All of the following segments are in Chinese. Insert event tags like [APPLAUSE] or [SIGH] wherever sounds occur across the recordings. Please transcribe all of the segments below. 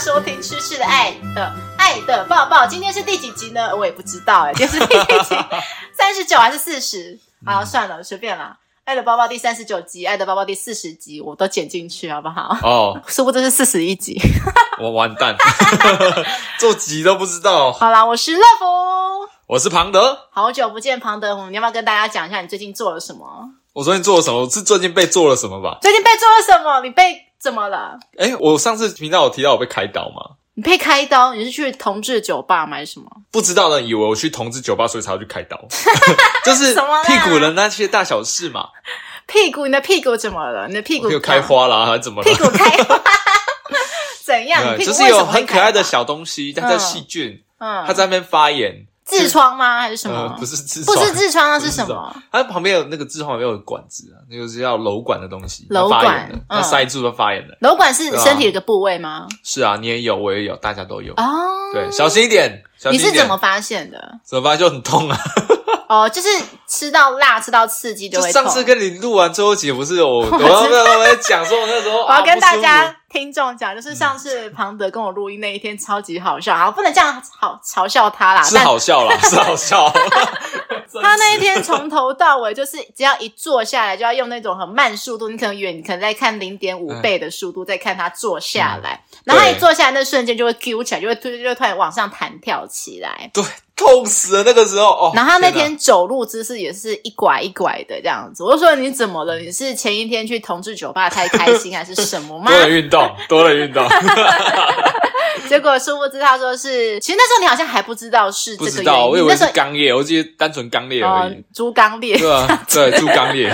收听《吃吃的爱的爱的抱抱》。今天是第几集呢？我也不知道哎、今天是第几集？三十九还是四十？啊，算了，随便啦。爱的抱抱第三十九集，爱的抱抱第四十集，我都剪进去好不好？哦，殊不知是四十一集。我完 [LAUGHS] 蛋，做几都不知道。好啦，我是乐福，我是庞德，好久不见，庞德宏，你要不要跟大家讲一下你最近做了什么？我昨天做了什么？是最近被做了什么吧？最近被做了什么？你被怎么了？哎、我上次频道有提到我被开导吗？你被开刀？你是去同志酒吧吗？还是什么？不知道的人以为我去同志酒吧，所以才要去开 [LAUGHS] 刀，就是什么啦屁股的那些大小事嘛，屁股？你的屁股怎么了？你的屁股我有开花啦，还是怎么了 [LAUGHS] 屁？股开花， [LAUGHS] 怎样？对你屁股就是为什有么会很可爱的开小东西，它在嗯细菌，花，它嗯，在那边发炎，痔疮吗？还是什呃么，？不是痔不疮，是痔疮，那是不什痔么疮？？它旁边有那个痔疮旁边有管子啊，那个是叫瘘管的东西，瘘它发炎管的，它嗯塞住了发炎的。瘘管是对啊身体的一个部位吗？是啊，你也有，我也有，大家都有。哦，对，小心一点，小你心一是点。怎么发现的？怎么办？就很痛啊！哦，就是吃到辣、吃到刺激就就会痛。 [LAUGHS] 上次跟你录完最后集，[LAUGHS] 不是我，我要不要我在讲说，我那时候我要跟大啊不嗯舒家听众讲，就是上次庞德跟我录音那一天超级好笑，好不能这样好嘲笑他啦服。是但好 [LAUGHS] 笑啦，是好笑。 [LAUGHS] 他那一天从头到尾就是只要一坐下来，就要用那种很慢速度，你可能远，你可能在看零点五嗯倍的速度在看他坐下来，然后他一坐下来那瞬间就会 Q 起来，就会突就突然往上弹跳起来。对，痛死了那个时候哦。然后他那天哪天走路姿势也是一拐一拐的这样子，我就说你怎么了？你是前一天去同志酒吧太开心还是什么吗多？了运动，多了 [LAUGHS] 运动，结果殊不知他说是，其实那时候你好像还不知道是不这个知原道，我以因，为那时是候肛裂，我记得单纯肛裂而呃已。猪肛裂对 [LAUGHS] 啊，对，猪肛裂，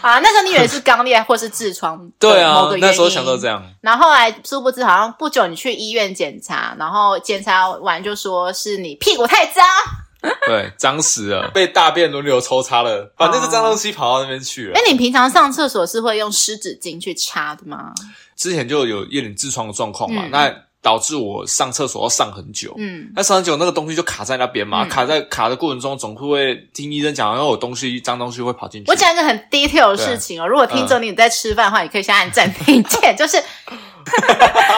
啊，那时候你以为是肛裂或是痔疮的 [LAUGHS] 对啊某个，原因那时候想到这样，然后后来殊不知，好像不久你去医院检查，然后检查完就说是你屁股太脏。对，脏死了，被大便轮流抽插了，反正这脏东西跑到那边去了哎。，你平常上厕所是会用湿纸巾去擦的吗？之前就有一点痔疮的状况嘛，嗯那导致我上厕所要上很久。嗯，那上很久，那个东西就卡在那边嘛，嗯卡在卡的过程中，总会听医生讲，然后有东西脏东西会跑进去。我讲一个很 detail 的事情哦。如果听众你在吃饭的话，你可以先按暂停键。 [LAUGHS] 就是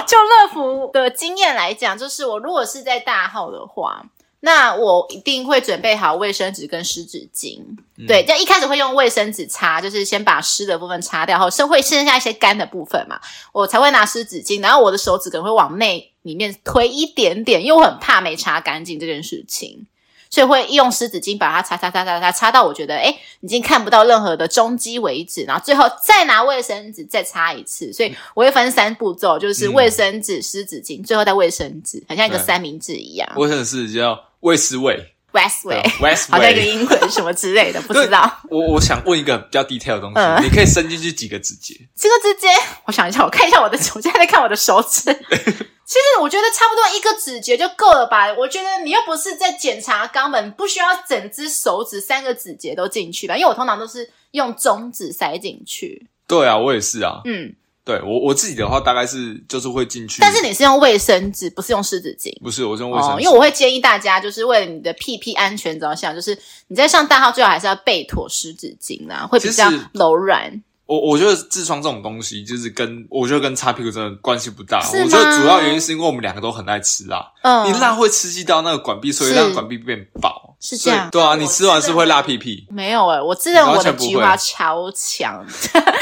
就乐福的经验来讲，就是我如果是在大号的话。那我一定会准备好卫生纸跟湿纸巾，对，就一开始会用卫生纸擦，就是先把湿的部分擦掉后，剩会剩下一些干的部分嘛，我才会拿湿纸巾，然后我的手指可能会往内里面推一点点，因为我很怕没擦干净这件事情，所以会用湿纸巾把它擦擦擦擦擦擦到我觉得哎、诶已经看不到任何的中基为止，然后最后再拿卫生纸再擦一次，所以我会分三步骤，就是嗯卫生纸、湿纸巾，最后再卫生纸，很像一个对三明治一样。卫生纸叫卫斯卫 West Way， ，West 好像一个 Way。英文什么之类的，不知道。我我想问一个比较 detail 的东西，嗯你可以伸进去几个指节？这个指尖， [LAUGHS] 我想一下，我看一下我的，我现在在看我的手 [LAUGHS] 指。其实我觉得差不多一个指节就够了吧。我觉得你又不是在检查肛门，不需要整只手指三个指节都进去吧？因为我通常都是用中指塞进去。对啊，我也是啊。嗯，对我我自己的话，大概是就是会进去，但是你是用卫生纸，不是用湿纸巾。不是我是用卫生纸、哦，因为我会建议大家，就是为了你的屁屁安全着想，就是你在上大号最好还是要备妥湿纸巾啦、会比较其实柔软。我我觉得痔疮这种东西，就是跟我觉得跟擦屁股真的关系不大。是吗我觉得主要原因是因为我们两个都很爱吃辣，嗯，你辣会刺激到那个管壁，所以是让管壁变薄。是这样所以对啊，我你吃完是会辣屁屁，没有哎、我自认完我的全不菊会花超强。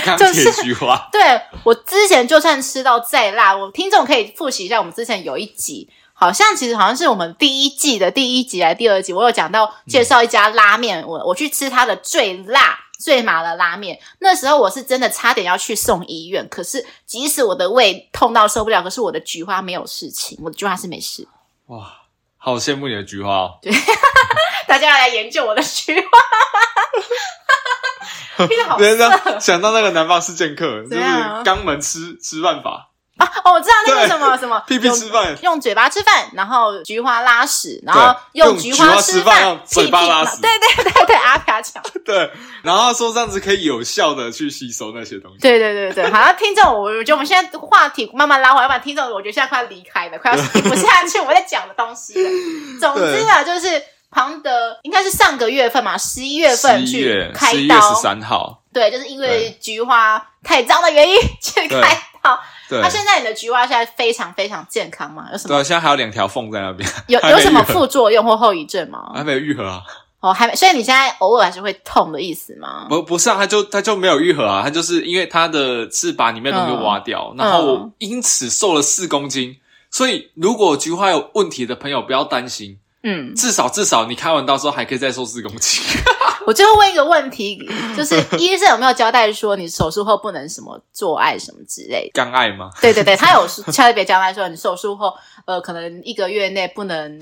钢就是铁菊花。对我之前就算吃到再辣，我听众可以复习一下，我们之前有一集，好像其实好像是我们第一季的第一集还是第二集，我有讲嗯到介绍一家拉面，我我去吃它的最辣。最麻的拉面，那时候我是真的差点要去送医院，可是即使我的胃痛到受不了，可是我的菊花没有事情，我的菊花是没事。哇，好羡慕你的菊花哦！大家要来研究我的菊花， [LAUGHS] 听着好人家想到那个南方四剑客，就是怎样肛门吃吃饭法，哦，我知道那个对什么什么屁屁吃饭。用嘴巴吃饭，然后菊花拉屎，然后菊花吃用菊花吃饭用屁嘴屁巴拉屎对对对对，阿飘讲，对，然后他说这样子可以有效的去吸收那些东西。 [LAUGHS] 对对对对，好，那听众，我我觉得我们现在话题慢慢拉回来，要不然听众我觉得现在快要离开了，快要 [LAUGHS] 听不下去我们在讲的东西了。总之啊，就是庞德应该是上个月份嘛，十一月份十一去月开十一月刀十，三号，对，就是因为对菊花太脏的原因去对开刀。对那、现在你的菊花现在非常非常健康吗？有什对么啊，现在还有两条缝在那边，有还没有什么愈合副作用或后遗症 [LAUGHS] 吗？还没有愈合啊？哦，还没，所以你现在偶尔还是会痛的意思吗？不不是啊，它就它就没有愈合啊，它就是因为它的翅膀里面的嗯东西挖掉，然后我因此瘦了四公斤。所以如果菊花有问题的朋友不要担心，嗯，至少至少你开完刀之后还可以再瘦四公 [LAUGHS] 斤。我最后问一个问题， [LAUGHS] 就是医生有没有交代说你手术后不能什么做爱什么之类的？肝癌吗？对对对，他有特别交代说你手术后，呃，可能一个月内不能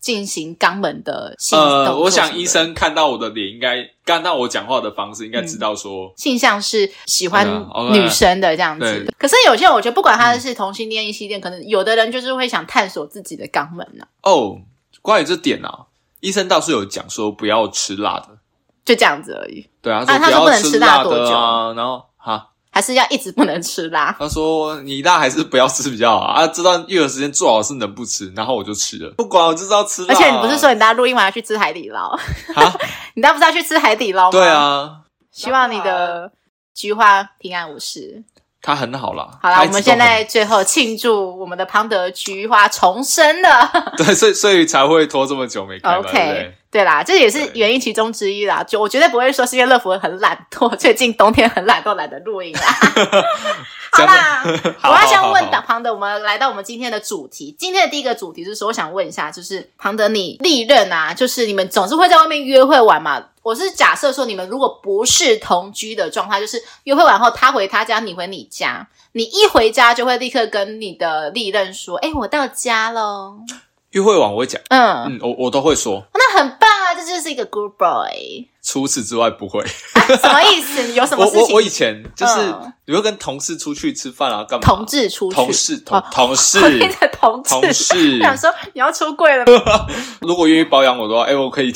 进行肛门的性动呃，作我什想么的医生看到我的脸，应该看到我讲话的方式，应该知道说，性向是喜欢对啊，OK 女生的这样子对。嗯可是有些人，我觉得不管他是同性恋、异性恋，可能有的人就是会想探索自己的肛门呢、啊，哦，关于这点啊，医生倒是有讲说不要吃辣的，就这样子而已，对啊，啊他不说不要能吃辣辣多的久啊，然后哈，还是要一直不能吃辣。他说：“你辣还是不要吃比较好啊！啊这段育儿时间最好是能不吃，然后我就吃了，不管我就是要吃辣啊。而且你不是说你大家录音完要去吃海底捞？啊？ [LAUGHS] 你大家不是要去吃海底捞吗？对，啊，希望你的菊花平安无事。他很好啦。好啦，他我一直们都现很在最后庆祝我们的庞德菊花重生了。 [LAUGHS] 对，所以所以才会拖这么久没开嘛对不 OK 对。”对啦，这也是对原因其中之一啦。就我绝对不会说是因为乐福很懒 [LAUGHS] 惰，最近冬天很懒惰，懒得录音啦。啊 [LAUGHS] 好啦，好我要好先好问好庞庞德，我们来到我们今天的主题。今天的第一个主题是说，我想问一下，就是庞德，你历任啊，就是你们总是会在外面约会玩嘛？我是假设说，你们如果不是同居的状态，就是约会完后他回他家，你回你家，你一回家就会立刻跟你的历任说：“哎、我到家喽。约会网我会讲，”嗯，嗯，我我都会说。那很棒啊，这就是一个 good boy。除此之外不会。什么意思？你有什么我事我我情？以前就是嗯你会跟同事出去吃饭啊，干嘛？同志出去，同事同哦同事 [LAUGHS] 我听着同志，同事 [LAUGHS] 我，想说你要出柜了吗？如果愿意保养我的话，哎，我可以，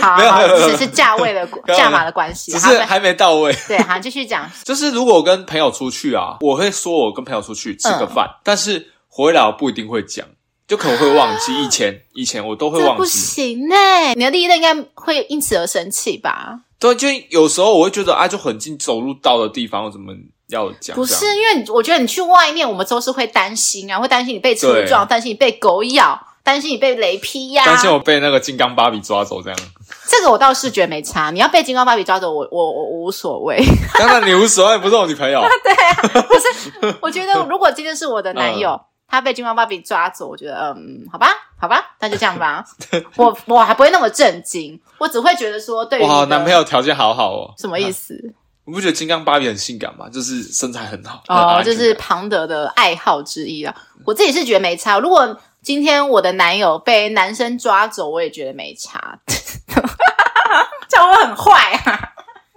好，没有好没有没有只是价位的没有价码的关系。只好是还没到位。对，好，继续讲。就是如果我跟朋友出去啊，我会说我跟朋友出去吃嗯个饭，但是回来我不一定会讲，就可能会忘记。以前以前我都 [LAUGHS] 会啊这忘不记，行哎、你的第一任应该会因此而生气吧？对，就有时候我会觉得啊，就很近走路到的地方，我怎么要讲？不这是，样因为你我觉得你去外面，我们都是会担心啊，会担心你被车撞，对担心你被狗咬，担心你被雷劈呀、担心我被那个金刚芭比抓走这样。这个我倒是觉得没差，你要被金刚芭比抓走，我我我我无所谓。当然你无所谓，不是我女朋友。啊我觉得如果今天是我的男友，嗯他被金光芭比抓走，我觉得嗯，好吧，好吧，那就这样 [LAUGHS] 吧。我我还不会那么震惊，我只会觉得说， [LAUGHS] 对于哇，你的男朋友条件好好哦。什么意啊？思？你不觉得金刚芭比很性感吗？就是身材很嗯好。哎很有哦，安这全是感庞德的爱好之一啊。我自己是觉得没差，如果今天我的男友被男生抓走，我也觉得没 [LAUGHS] 差。这样会不会很坏啊？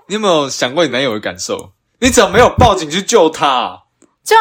你有没有想过你男友的感受？你怎么没有报警去救他啊？ [LAUGHS] 就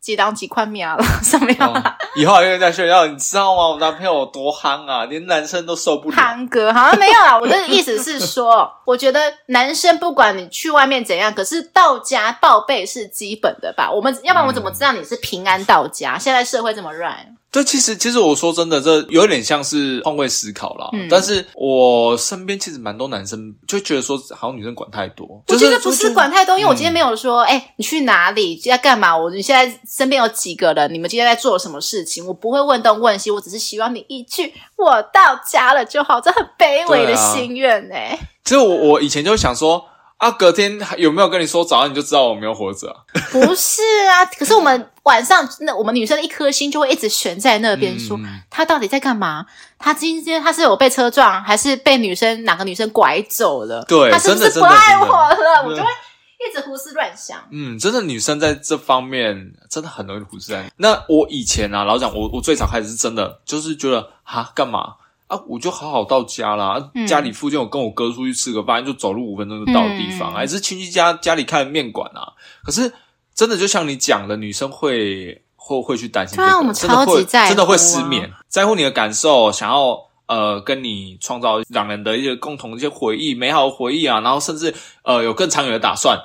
几档几块啊秒了，什么样？哦以后还跟人家炫耀，你知道吗？我男朋友有多憨啊，连男生都受不了。汤哥好像没有啦，我的意思是 [LAUGHS] 说，我觉得男生不管你去外面怎样，可是到家报备是基本的吧？我们要不然我怎么知道你是平安到家？现在社会这么乱，对，其实其实我说真的，这有点像是换位思考啦。嗯但是我身边其实蛮多男生就觉得说，好像女生管太多，我就觉是嗯得不是管太多，因为我今天没有说，哎、你去哪里要干嘛？我你现在身边有几个人？你们今天在做什么事情？我不会问东问西，我只是希望你一句“我到家了”就好，这很卑微的对啊心愿哎、 [LAUGHS] 其实我我以前就想说。啊，隔天有没有跟你说早安，你就知道我没有活着、啊。不是啊，可是我们晚上那我们女生的一颗心就会一直悬在那边嗯说，他到底在干嘛？他今天他是有被车撞，还是被女生哪个女生拐走了？对他是不真的是真不的爱真我了？的对我就会一直胡思乱想。嗯，真的女生在这方面真的很容易胡思乱想。那我以前啊，老实讲我我最早开始是真的就是觉得哈干嘛啊，我就好好到家啦，啊嗯家里附近我跟我哥出去吃个饭，就走路五分钟就到的地方，嗯还是亲戚家家里开的面馆啊。可是真的就像你讲的，女生会会会去担心这对啊我个，们真的超级会在乎真的啊会失眠，在乎你的感受，想要。呃，跟你创造两人的一些共同的一些回忆，美好的回忆啊，然后甚至呃有更长远的打算，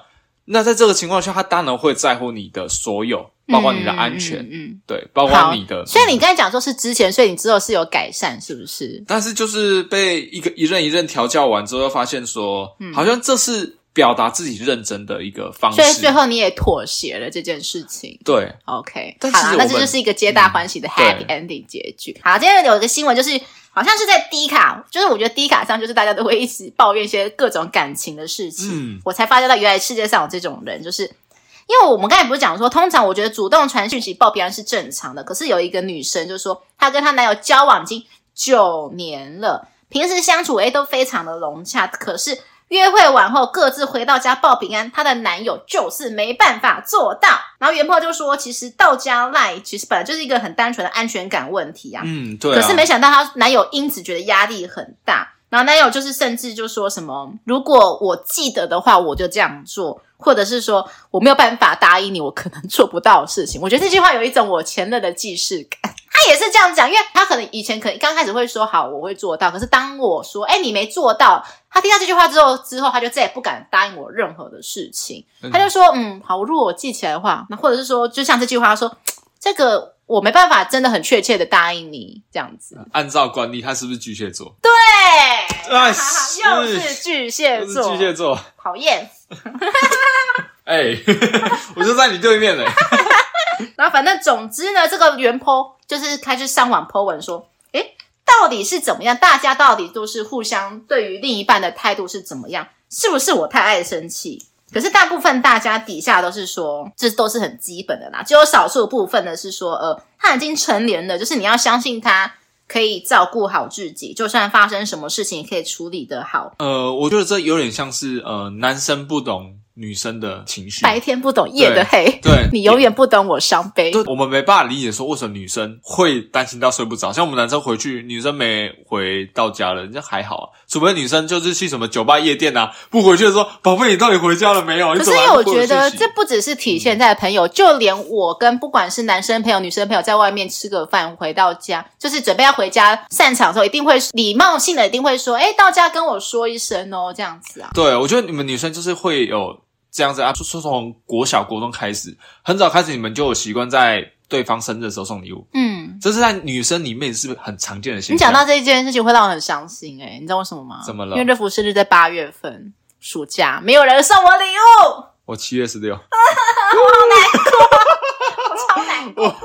那在这个情况下，他当然会在乎你的所有，包括你的安全，嗯嗯对，包嗯好括你的。所以你刚才讲说是之前，所以你之后是有改善，是不是？但是就是被一个一任一任调教完之后，发现说，好像这是表达自己认真的一个方嗯所以最式。后你也妥协了这件事情。对， OK，但好其啦实，那我这就们嗯是一个皆大欢喜的 happy 对 ending 结局。好，今天有一个新闻，就是好像是在 D 卡，就是我觉得 D 卡上就是大家都会一起抱怨一些各种感情的事情。嗯我才发现到原来世界上有这种人，就是因为我们刚才不是讲说，通常我觉得主动传讯息报平安是正常的，可是有一个女生就说，她跟她男友交往已经九年了，平时相处诶都非常的融洽，可是约会完后各自回到家报平安，她的男友就是没办法做到。然后元炮就说，其实到家赖其实本来就是一个很单纯的安全感问题啊，嗯，对、啊。可是没想到她男友因此觉得压力很大，然后男友就是甚至就说什么，如果我记得的话，我就这样做，或者是说我没有办法答应你，我可能做不到的事情。我觉得这句话有一种我前任的既视感。他也是这样讲，因为他可能以前可能刚开始会说好我会做到，可是当我说哎、你没做到，他听到这句话之后，之后他就再也不敢答应我任何的事情。嗯他就说嗯好，如果我记起来的话，那或者是说就像这句话他说这个我没办法真的很确切的答应你这样子。按照惯例，他是不是巨蟹座？对，啊哎又是是巨蟹就是座，巨蟹座。讨厌。哎、 [LAUGHS] 我就在你对面嘞、 [LAUGHS] 然后反正总之呢，这个原 po 就是开始上网 po 文说，诶，到底是怎么样？大家到底都是互相对于另一半的态度是怎么样？是不是我太爱生气？可是大部分大家底下都是说，这都是很基本的啦，只有少数部分的是说，呃，他已经成年了，就是你要相信他可以照顾好自己，就算发生什么事情也可以处理得好。呃，我觉得这有点像是呃，男生不懂女生的情绪。白天不懂夜的黑，对你永远不懂我伤悲。对，我们没办法理解说为什么女生会担心到睡不着，像我们男生回去，女生没回到家了，人家还好啊，除非女生就是去什么酒吧、夜店啊，不回去的时候，宝贝，你到底回家了没有？可你是怎因么为还我不回觉我得讯息这不只是体嗯现在朋友，就连我跟不管是男生朋友、女生朋友，在外面吃个饭回到家，就是准备要回家散场的时候，一定会礼貌性的一定会说：“哎，到家跟我说一声哦。”这样子啊，对，我觉得你们女生就是会有这样子啊，就说从国小、国中开始，很早开始你们就有习惯在对方生日的时候送礼物，嗯，这是在女生里面是很常见的现你象。讲到这一件事情会让我很伤心哎、你知道为什么吗？怎么了因为热服生日在八月份。暑假没有人送我礼物，我七月十六，我超难过。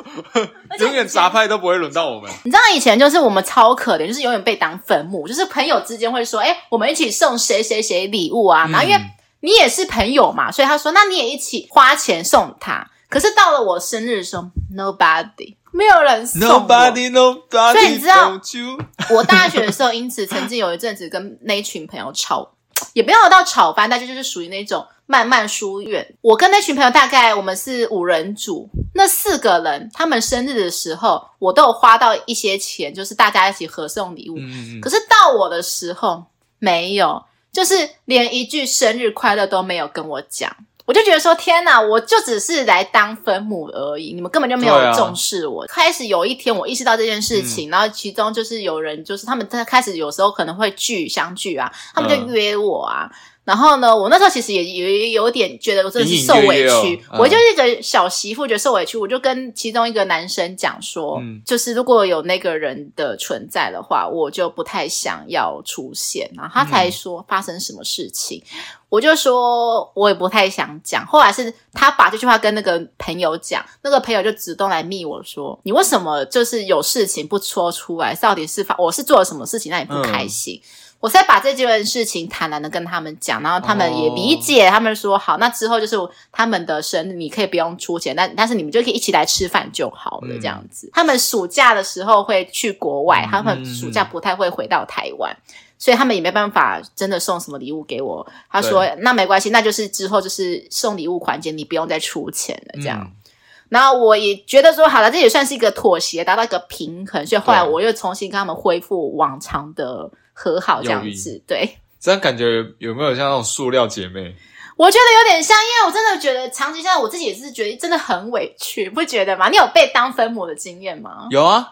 而且永远杂派都不会轮到我们。你知道以前就是我们超可怜，就是永远被当坟墓，就是朋友之间会说，哎、我们一起送谁谁谁礼物啊，然后因为嗯你也是朋友嘛，所以他说那你也一起花钱送他。可是到了我生日的时候，nobody 没有人送我 Nobody, nobody，所以你知道 don't you 我大学的时候，因此曾经有一阵子跟那一群朋友吵，也没有到吵翻，但就是属于那种慢慢疏远。我跟那群朋友大概我们是五人组，那四个人他们生日的时候，我都有花到一些钱，就是大家一起合送礼物。嗯，嗯可是到我的时候，没有，就是连一句生日快乐都没有跟我讲。我就觉得说，天哪！我就只是来当分母而已，你们根本就没有对啊嗯重视我。开始有一天，我意识到这件事情，然后其中就是有人，就是他们在开始有时候可能会聚相聚啊，他们就嗯约我啊。然后呢，我那时候其实也也有点觉得我真的是受委隐隐约屈约，哦嗯我就是一个小媳妇，觉得受委屈，我就跟其中一个男生讲说，嗯就是如果有那个人的存在的话，我就不太想要出现。然后他才说发生什么事情，我就说我也不太想讲。后来是他把这句话跟那个朋友讲，那个朋友就主动来密我说，你为什么就是有事情不说出来？到底是发我是做了什么事情让你不开心？我才把这件事情坦然的跟他们讲，然后他们也理解，他们说好，那之后就是他们的生日，你可以不用出钱，但但是你们就可以一起来吃饭就好了，嗯这样子。他们暑假的时候会去国外，嗯他们暑假不太会回到台湾，所以他们也没办法真的送什么礼物给我。他说那没关系，那就是之后就是送礼物环节，你不用再出钱了，这样。嗯然后我也觉得说，好了，这也算是一个妥协，达到一个平衡。所以后来对我又重新跟他们恢复往常的和好，这样友谊子。对，这样感觉有没有像那种塑料姐妹？我觉得有点像，因为我真的觉得长期下来，我自己也是觉得真的很委屈，不觉得吗？你有被当分母的经验吗？有啊，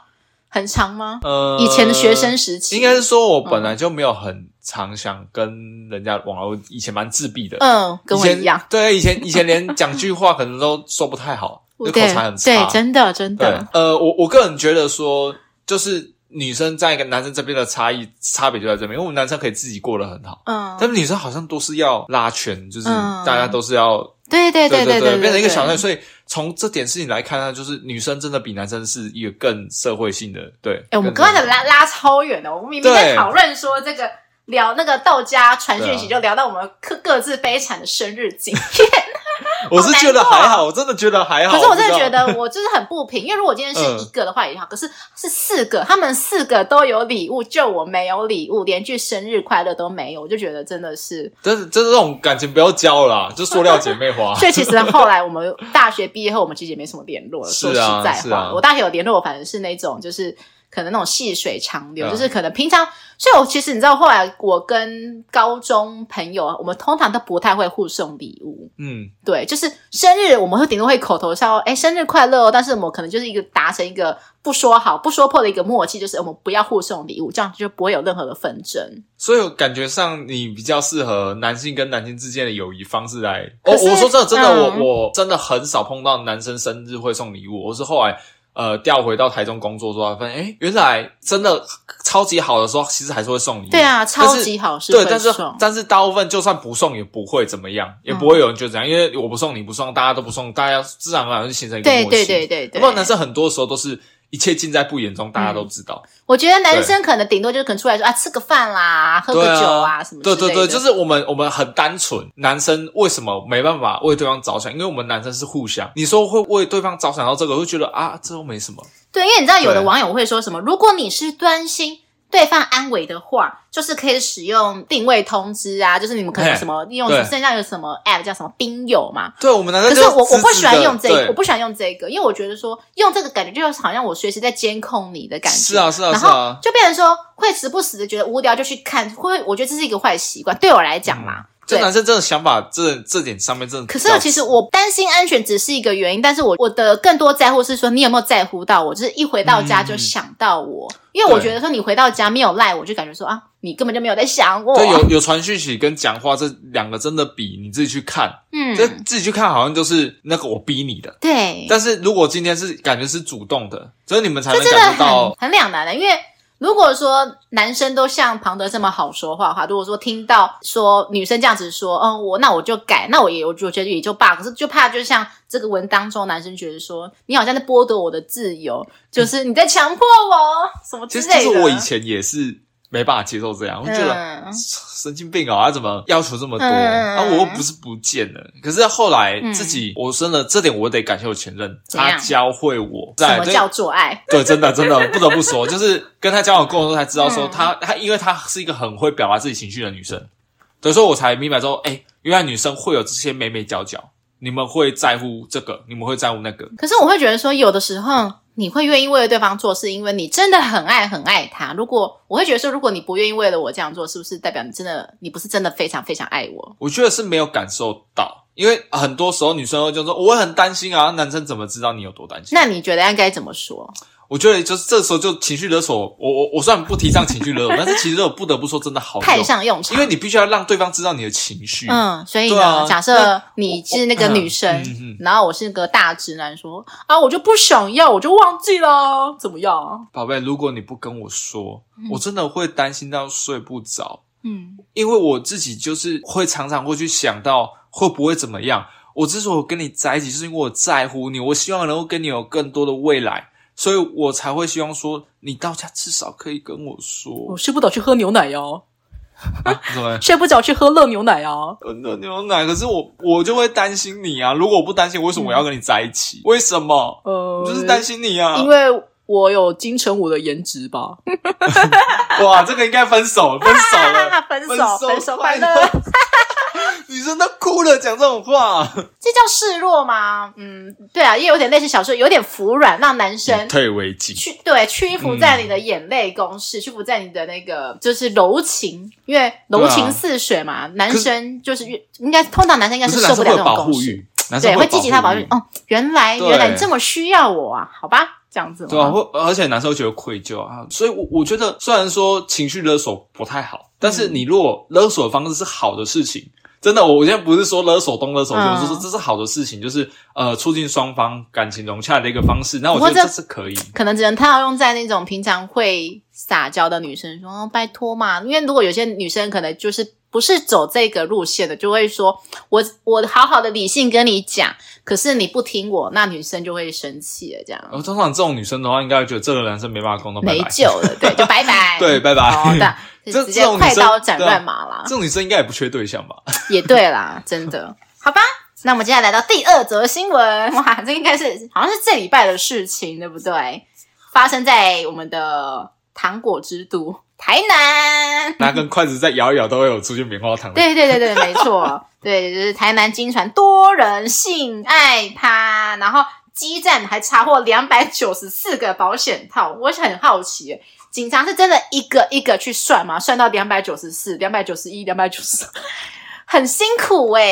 很长吗？呃，哦以前的学生嗯时期，应该是说我本来就没有很常想跟人家往来，我以前蛮自闭的，嗯，跟我以前一样，。对，以前以前连讲句话可能都说不太好，就口对才很差。对，真的真对的，，呃，我我个人觉得说，就是女生在跟男生这边的差异差别就在这边，因为我们男生可以自己过得很好，嗯，但是女生好像都是要拉圈，就是嗯大家都是要对对对对对，对，变成一个小对队。所以从这点事情来看呢，就是女生真的比男生是一个更社会性的。对，哎、我们更刚才拉拉超远了，我们明明在对讨论说这个聊那个道家传讯息，对就聊到我们各各自悲惨的生日经验。我是觉得好难过啊还好，我真的觉得还好。可是我真的不知觉道，嗯得我就是很不平，因为如果今天是一个的话也好，可是是四个，他们四个都有礼物，就我没有礼物，连句生日快乐都没有，我就觉得真的是。但是就是这种感情不要交啦，就塑料姐妹 [LAUGHS] 花。所以其实后来我们大学毕业后，我们其实也没什么联 [LAUGHS] 络了。是说实啊在是话，啊我大学有联络，我反正是那种就是可能那种细水长流，对啊就是可能平常。所以我其实你知道，后来我跟高中朋友，我们通常都不太会互送礼物。嗯，对，就是生日，我们会顶多会口头上哎生日快乐哦，但是我们可能就是一个达成一个不说好不说破的一个默契，就是我们不要互送礼物，这样就不会有任何的纷争。所以我感觉上你比较适合男性跟男性之间的友谊方式来。哦，可是我说真的，真的，嗯我我真的很少碰到男生生日会送礼物。我是后来呃调回到台中工作之后，发现哎，原来真的超级好的时候，其实还是会送礼物。对啊，嗯但超是级好事对，会但是送但是大部分就算不送也不会怎么样，嗯也不会有人觉得怎样，因为我不送你不送，大家都不送，大家自然而然就形成一个默对契。对对对对。不然男生很多时候都是一切尽在不言中，大家都知道。我觉得男生可能顶多就是可能出来说啊，吃个饭啦，喝个对酒啊啊，什么之对类的。对对，就是我们我们很单纯，男生为什么没办法为对方着想？因为我们男生是互相，你说会为对方着想到这个，我就觉得啊，这都没什么。对，因为你知道有的对网友会说什么，如果你是端心对方安危的话，就是可以使用定位通知啊，就是你们可能有嘿什么利用对现在有什么 app 叫什么冰友嘛。对我们男生可就是我我直不直喜欢的用这对个，我不喜欢用这个，因为我觉得说用这个感觉就是好像我随时在监控你的感觉。是啊是啊然是后啊，就变成说会时不时的觉得无聊就去看，会我觉得这是一个坏习惯，对我来讲啦。就对。男嗯生真的想法这这点上面真的比可较是少。其实我担心安全只是一个原因，但是我我的更多在乎是说你有没有在乎到我，就是一回到家就想到我，因为我嗯对觉得说你回到家没有赖我，就感觉说啊，你根本就没有在想我。对有有传讯息跟讲话这两个真的比你自己去看，这嗯，自己去看好像就是那个我逼你的。对，但是如果今天是感觉是主动的，所以你们才这能真的感很觉到，很两难的，因为。如果说男生都像庞德这么好说话的话，如果说听到说女生这样子说，嗯，我那我就改，那我也我就觉得也就罢。可是就怕就像这个文当中，男生觉得说你好像在剥夺我的自由，就是你在强迫我什么之嗯其类的。实其实我以前也是没办法接受这样，我就觉得。嗯神经病哦！他怎么要求这么多？嗯啊，我又不是不见了。可是后来嗯自己，我真的这点我得感谢我前任，怎样他教会我什在么对叫做爱？ [LAUGHS] 对，真的 [LAUGHS] 真的不得不说，就是跟他交往过程中才知道说嗯他，他因为他是一个很会表达自己情绪的女生，所以说我才明白说，哎、原来女生会有这些眉眉角角，你们会在乎这个，你们会在乎那个，可是我会觉得说，有的时候你会愿意为了对方做事，因为你真的很爱很爱他。如果我会觉得说，如果你不愿意为了我这样做，是不是代表你真的你不是真的非常非常爱我？我觉得是没有感受到，因为很多时候女生会就说我很担心啊，男生怎么知道你有多担心？那你觉得应该怎么说？我觉得就是这时候就情绪勒索，我我我虽然不提倡情绪勒索，但 [LAUGHS] 是其实我不得不说真的好派哦用，上用场因为。你必须要让对方知道你的情绪，嗯，所以对呢，啊假设你是那个女生，嗯嗯嗯然后我是个大直男说啊，我就不想要，我就忘记了，啊怎么样？宝贝，如果你不跟我说，我真的会担心到睡不着，嗯，因为我自己就是会常常会去想到会不会怎么样。我之所以跟你在一起，就是因为我在乎你，我希望能够跟你有更多的未来，所以我才会希望说，你到家至少可以跟我说啊我睡不着去喝牛奶哟，[LAUGHS] 怎么样。睡不着去喝热牛奶啊。很多牛奶，可是我我就会担心你啊！如果我不担心，为什么我要跟你在一起？为什么？嗯呃我就是担心你啊！因为我有金城武的颜值吧。哇，这个应该分手，分手了， [LAUGHS] 分分手，分手手快快 [LAUGHS] 乐，乐！女生都哭了，讲这种话，这叫示弱吗？嗯，对啊，也有点类似小说，有点服软，让男生退为进。屈对嗯屈服在你的眼泪攻势，屈服在你的那个就是柔情，因啊为柔情似水嘛，男生就是越应该通常男生应该可是男受不生了这会种有保攻护势，欲，男生对，会会激起他保护欲欲。。哦，原来对原来你这么需要我啊，好吧，这样子对啊，吗？会而且男生会觉得愧疚啊，所以我我觉嗯得虽然说情绪勒索不太好，但是你如果勒索的方式是好的事情，真的，我现在不是说勒索东勒索西，嗯我说这是好的事情，就是呃促进双方感情融洽的一个方式。那我不过觉得这这是可以，可能只能套用在那种平常会撒娇的女生说、哦拜托嘛，因为如果有些女生可能就是不是走这个路线的，就会说我我好好的理性跟你讲，可是你不听我，那女生就会生气了，这样、然后通常这种女生的话，应该会觉得这个男生没办法沟通，哦拜没拜。救了，对，就拜拜， [LAUGHS] 对，，拜拜。好的， [LAUGHS] 这就直这接种女快生刀斩对啊乱麻啦这，种女生应该也不缺对象吧？ [LAUGHS] 也对啦，真的，好吧。那我们接下来来到第二则新闻，哇，这应该是好像是这礼拜的事情，对不对？发生在我们的糖果之都台 [LAUGHS] 南。拿根筷子再摇一摇，都会有出现棉花糖。对对对对，没 [LAUGHS] 错，对，就是台南金船多人性爱趴，然后基站还查获两百九十四个保险套，我是很好奇耶，警察是真的一个一个去算吗？算到两百九十四、两百九十一、两百九十，很辛苦哎、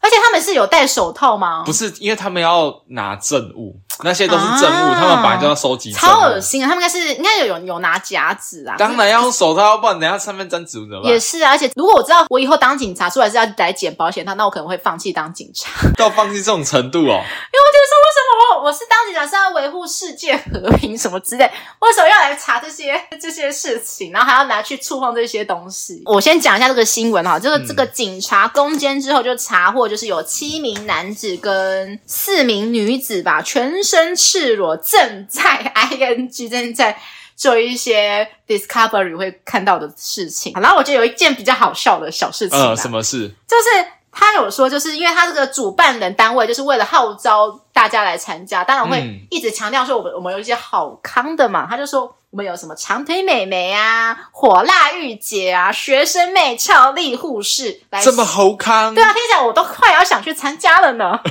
而且他们是有戴手套吗？不是，因为他们要拿证物，那些都是证物，啊他们本来就要收集证物。超恶心啊！他们应该是应该有有有拿夹子啊，当然要用手套，要不然等一下上面沾指纹怎么也办？是啊。而且如果我知道我以后当警察出来是要来捡保险套，那我可能会放弃当警察。到放弃这种程 [LAUGHS] 度哦，因为我觉得说，为什么我我是当警察是要维护世界和平什么之类，为什么要来查这些这些事情，然后还要拿去触碰这些东西？我先讲一下这个新闻哈，这个、嗯这个警察攻坚之后就查获，就是有七名男子跟四名女子吧，全身赤裸，正在 ing 正在。做一些 Discovery 会看到的事情，然后我觉得有一件比较好笑的小事情、啊，呃，什么事？就是他有说，就是因为他这个主办人单位就是为了号召大家来参加，当然嗯会一直强调说我们我们有一些好康的嘛，他就说我们有什么长腿美眉啊、火辣御姐啊、学生妹、俏丽护士来这么猴康？对啊，听起来我都快要想去参加了呢。 [LAUGHS]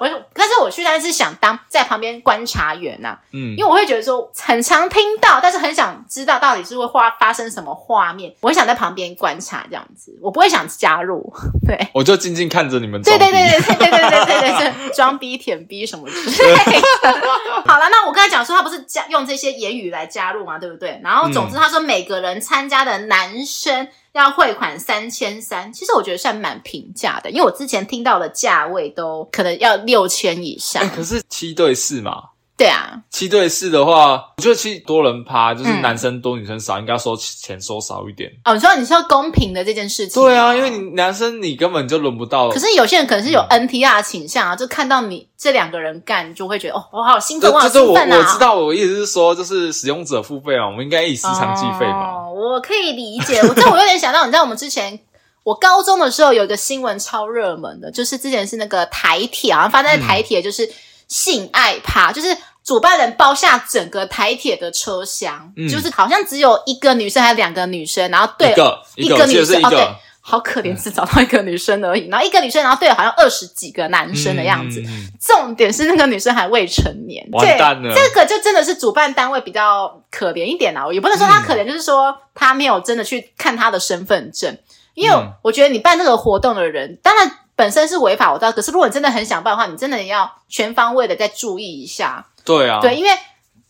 我但是我去那是想当在旁边观察员呐、嗯因，为我会觉得说很常听到，但是很想知道到底是会画发生什么画面，我会想在旁边观察这样子，我不会想加入。 [LAUGHS] 对，我就静静看着你们装对逼。对对对对对对对对对，装逼、舔逼什么之类的。好了，那我刚才讲说他不是加用这些言语来加入嘛，对不对？然后总之他说每个人参加的男生要汇款三千三，其实我觉得算蛮平价的，因为我之前听到的价位都可能要六千以上 [LAUGHS] 哎。可是七对四嘛，对啊，七对四的话，我觉得七多人趴就是嗯男生多女生少，应该收钱收少一点。哦，你说你说公平的这件事情，对啊，因为你男生你根本就轮不到，可是有些人可能是有 NTR 倾向啊，就看到你这两个人干，就会觉得哦，我好兴这奋，我好这是兴我奋啊！我知道，我意思是说，就是使用者付费嘛，我们应该以时常计费嘛。哦，我可以理解，我这我有点想到，你知道我们之前。我高中的时候有一个新闻超热门的，就是之前是那个台铁，好像发生在台铁，就是性爱趴，就是主办人包下整个台铁的车厢，嗯就是好像只有一个女生还是两个女生，然后对一个一个，个我记女得是生一哦，对个，嗯好可怜，只找到一个女生而已，然后一个女生，然后对好像二十几个男生的样子，嗯。嗯嗯重点是那个女生还未成年，完对蛋了这个就真的是主办单位比较可怜一点啊啦，我也不能说他可怜，就是说他没有真的去看他的身份证，因为嗯我觉得你办这个活动的人，当然本身是违法，我知道，可是如果你真的很想办的话，你真的要全方位的再注意一下，对啊，对，因为。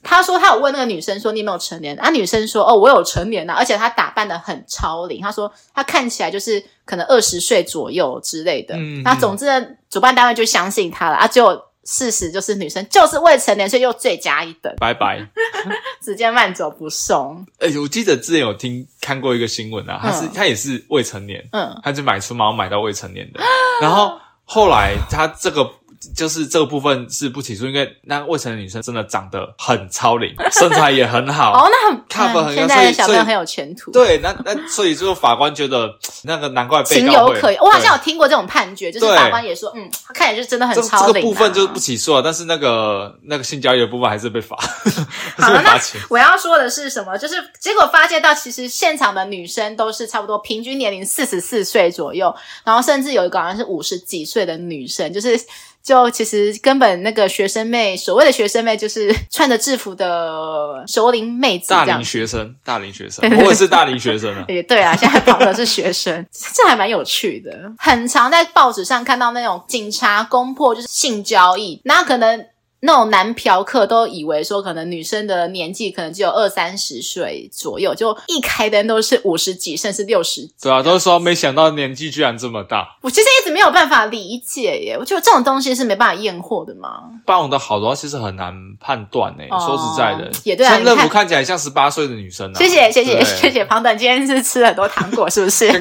他说他有问那个女生说你有没有成年，啊女生说哦我有成年啊，而且她打扮的很超龄，她说她看起来就是可能二十岁左右之类的。嗯那总之呢，主办单位就相信她了啊，结果事实就是女生就是未成年，所以又罪加一等，拜拜。 [LAUGHS] 直接慢走不送。哎、我记得之前有听看过一个新闻啊，他是、嗯他也是未成年，嗯，他就买出猫买到未 [GASPS] 成年的，然后后来他这个。就是这个部分是不起诉，因为那未成年女生真的长得很超龄， [LAUGHS] 身材也很好，哦那很看不嗯很现所在以的小朋所友以很有前途，，对，那那所以就是法官觉得那个难怪被情有告会，可原。我好对像有听过这种判决，就是对法官也说，嗯，她看起来就真的很这超龄、啊这个部分就是不起诉啊，但是那个那个性交易的部分还是被罚， [LAUGHS] 还好是了，被罚啊那钱。我要说的是什么？就是结果发现到，其实现场的女生都是差不多平均年龄四十四岁左右，然后甚至有一个好像是五十几岁的女生，就是就其实根本那个学生妹，所谓的学生妹就是穿着制服的熟龄妹子大这样龄。学生，大龄学生对，对对我也是大龄学生啊 [LAUGHS] 。也对啊，现在跑的是学生，这还蛮有趣的。很常在报纸上看到那种警察攻破就是性交易，那可能那种男嫖客都以为说，可能女生的年纪可能只有二三十岁左右，就一开灯都是五十几甚至六十几。对啊，都说没想到年纪居然这么大。我其实一直没有办法理解耶，我觉得这种东西是没办法验货的嘛。霸王的好的话，其实很难判断诶、哦说实在的，也对啊像乐你福看看起来像十八岁的女生啊。谢谢谢谢对谢谢庞等，今天是吃了很多糖果是不是？ [LAUGHS]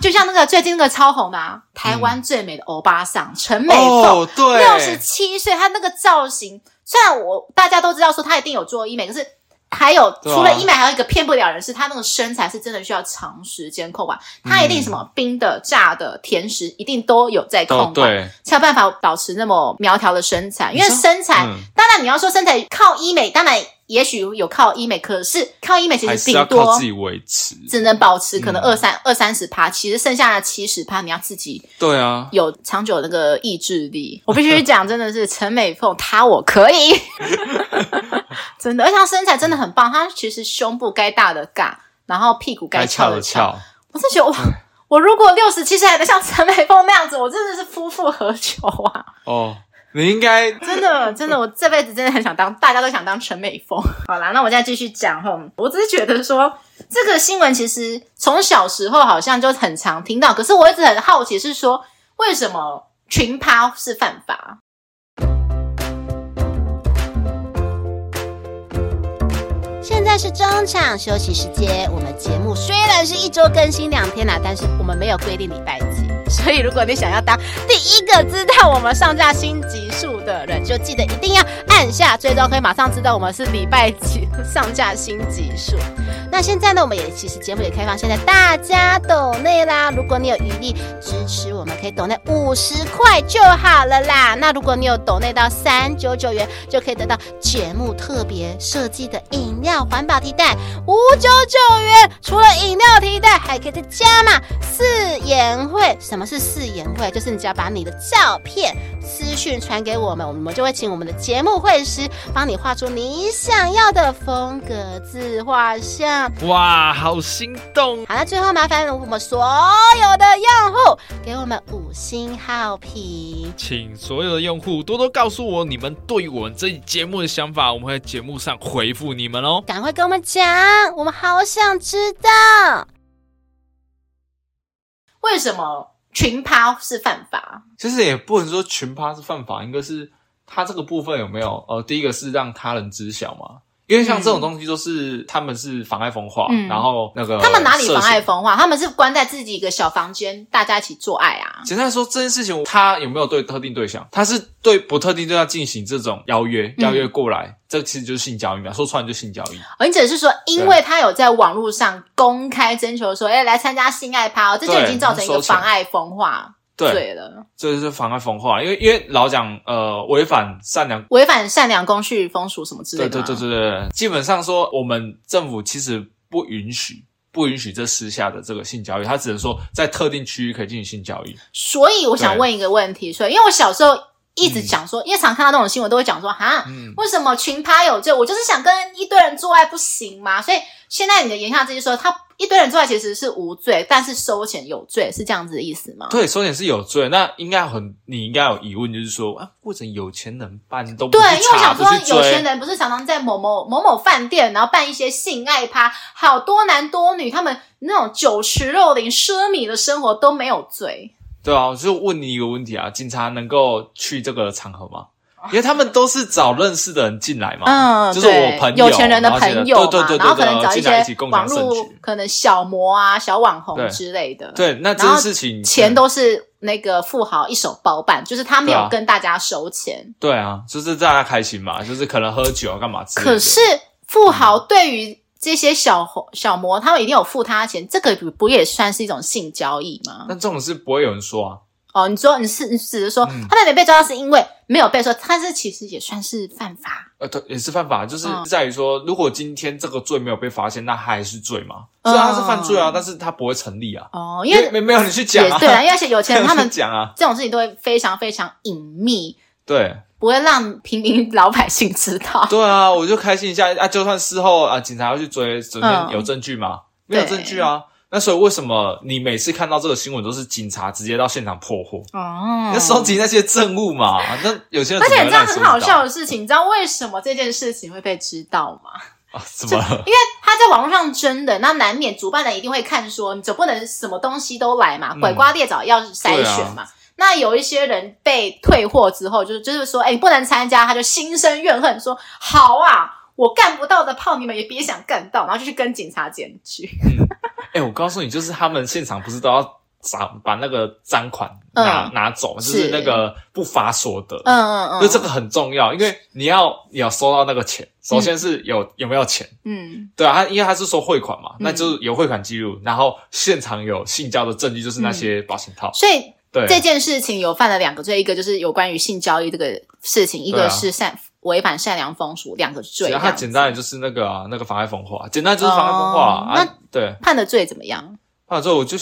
就像那个最近那个超红的、啊、台湾最美的欧巴桑、陈美凤，嗯哦，对，六十七岁，她那个造型，虽然我大家都知道说她一定有做医美，可是还有、对啊除了医美，还有一个骗不了人是她那个身材是真的需要长时间控管，嗯她一定什么冰的、炸的、甜食一定都有在控哦管，对，才有办法保持那么苗条的身材。因为你说身材，嗯当然你要说身材靠医美，当然也许有靠医美，可是靠医美其还实是要顶靠多自己维持。只能保持可能嗯二三二三十趴，其实剩下的七十趴你要自己对啊，有长久的那个意志力。我必须讲，真的是陈美凤，她我可 [LAUGHS] 以，真的，而且她身材真的很棒，她其实胸部该大的尬，然后屁股该该翘翘的的翘。我真觉得我。我如果六十七岁还能像陈美凤那样子，我真的是夫复何求啊！哦，你应该真的，真的，我这辈子真的很想当，大家都想当陈美凤。 [LAUGHS] 好啦，那我现在继续讲哈，我只是觉得说这个新闻其实从小时候好像就很常听到，可是我一直很好奇是说为什么群趴是犯法？现在是中场休息时间，我们节目虽然是一周更新两天啦，但是我们没有规定礼拜几，所以如果你想要当第一个知道我们上架新集数的人，就记得一定要按下追踪，可以马上知道我们是礼拜几上架新集数。 [LAUGHS] 那现在呢，我们也其实节目也开放，现在大家抖内啦，如果你有余力支持我们，可以抖内五十块就好了啦。那如果你有抖内到三九九元，就可以得到节目特别设计的饮料环保提袋五九九元。除了饮料提袋，还可以再加嘛四言会。什么是四言会？就是你只要把你的照片私讯传给我们，我们就会请我们的节目绘师帮你画出你想要的风格自画像。哇，好心动！好，那最后麻烦我们所有的用户给我们五星好评。请所有的用户多多告诉我你们对我们这一节目的想法，我们会在节目上回复你们哦。赶快跟我们讲，我们好想知道。为什么群趴是犯法？其实也不能说群趴是犯法，应该是他这个部分有没有？呃，第一个是让他人知晓嘛，因为像这种东西都是、他们是妨碍风化，嗯然后那个他们哪里涉妨碍嫌？风化？他们是关在自己一个小房间，大家一起做爱啊。简单来说，这件事情他有没有对特定对象？他是对不特定对象进行这种邀约，嗯邀约过来，这其实就是性交易嘛。说穿了就性交易。而且是说，因为他有在网络上公开征求说，哎、来参加性爱趴、哦，这就已经造成一个妨碍风化对，罪了，这就是妨碍风化，因为因为老讲呃违反善良违反善良、公序、风俗什么之类对的。对对对对，基本上说，我们政府其实不允许。不允许这私下的这个性交易，他只能说在特定区域可以进行性交嗯易。所以我想问一个问题，所以因为我小时候一直讲说，因为常看到那种新闻都会讲说，哈，嗯，为什么群趴有罪？我就是想跟一堆人做爱不行吗？所以现在你的言下之意说，他一堆人做爱其实是无罪，但是收钱有罪，是这样子的意思吗？对，收钱是有罪，那应该很，你应该有疑问，就是说啊，为什么有钱人办都不对，去因为我查想不说，去有钱追？人不是常常在某某某某饭店，然后办一些性爱趴，好多男多女，他们那种酒池肉林、奢靡的生活都没有罪。对啊，我就问你一个问题啊，警察能够去这个场合吗？啊因为他们都是找认识的人进来嘛，啊就是我朋友嗯有钱人的朋友嘛，对对对然后对可对，能找进来一起些共网享盛络举。可能小模啊、小网红对之类的，，对，那这然件后事情钱嗯都是那个富豪一手包办，就是他没对有啊跟大家收钱。对啊，就是大家开心嘛，就是可能喝酒啊干嘛之类的。可是富豪对于这些小红小模，他们一定有付他钱，这个不不也算是一种性交易吗？那这种事不会有人说啊，哦，你说你是你只是说、嗯他妹妹被抓到是因为没有被说，但是其实也算是犯法。呃，对，也是犯法，就是嗯在于说，如果今天这个罪没有被发现，那还是罪嘛？嗯虽然他是犯罪啊，但是他不会成立啊，哦，因为没没有人去讲也啊，对啊，因为而且有钱人他 [LAUGHS] 没有人们去讲啊，这种事情都会非常非常隐秘，对不会让平民 [LAUGHS] 老百姓知道。对啊，我就开心一下啊，就算事后啊，警察要去追，首嗯先有证据嘛，没有对证据啊。那所以为什么你每次看到这个新闻都是警察直接到现场破获？哦那收集那些证物嘛，那有些人而且怎么会你知道让你很好收集到笑的事情，你知道为什么这件事情会被知道吗？啊？怎么了？因为他在网络上真的，那难免主办人一定会看说，你总不能什么东西都来嘛，嗯啊拐瓜裂枣要筛选嘛。那有一些人被退货之后，就是就是说，哎、你不能参加，他就心生怨恨，说好啊，我干不到的炮，你们也别想干到，然后就去跟警察检举。哎、我告诉你，就是他们现场不是都要砸把那个赃款拿、嗯拿走，就是是那个不法所得。嗯嗯嗯，就这个很重要，因为你要你要收到那个钱，首先是有、有没有钱，嗯对啊，他因为他是收汇款嘛，嗯那就是有汇款记录，然后现场有性交的证据，就是那些保险套，所以对，嗯这件事情有犯了两个罪，一个就是有关于性交易这个事情，一对个啊是善违反善良风俗，两个罪。只这要它样子简单的就是那个啊，那个妨碍风化，简单就是妨碍风化啊哦啊，对，判的罪怎么样？判了之后我就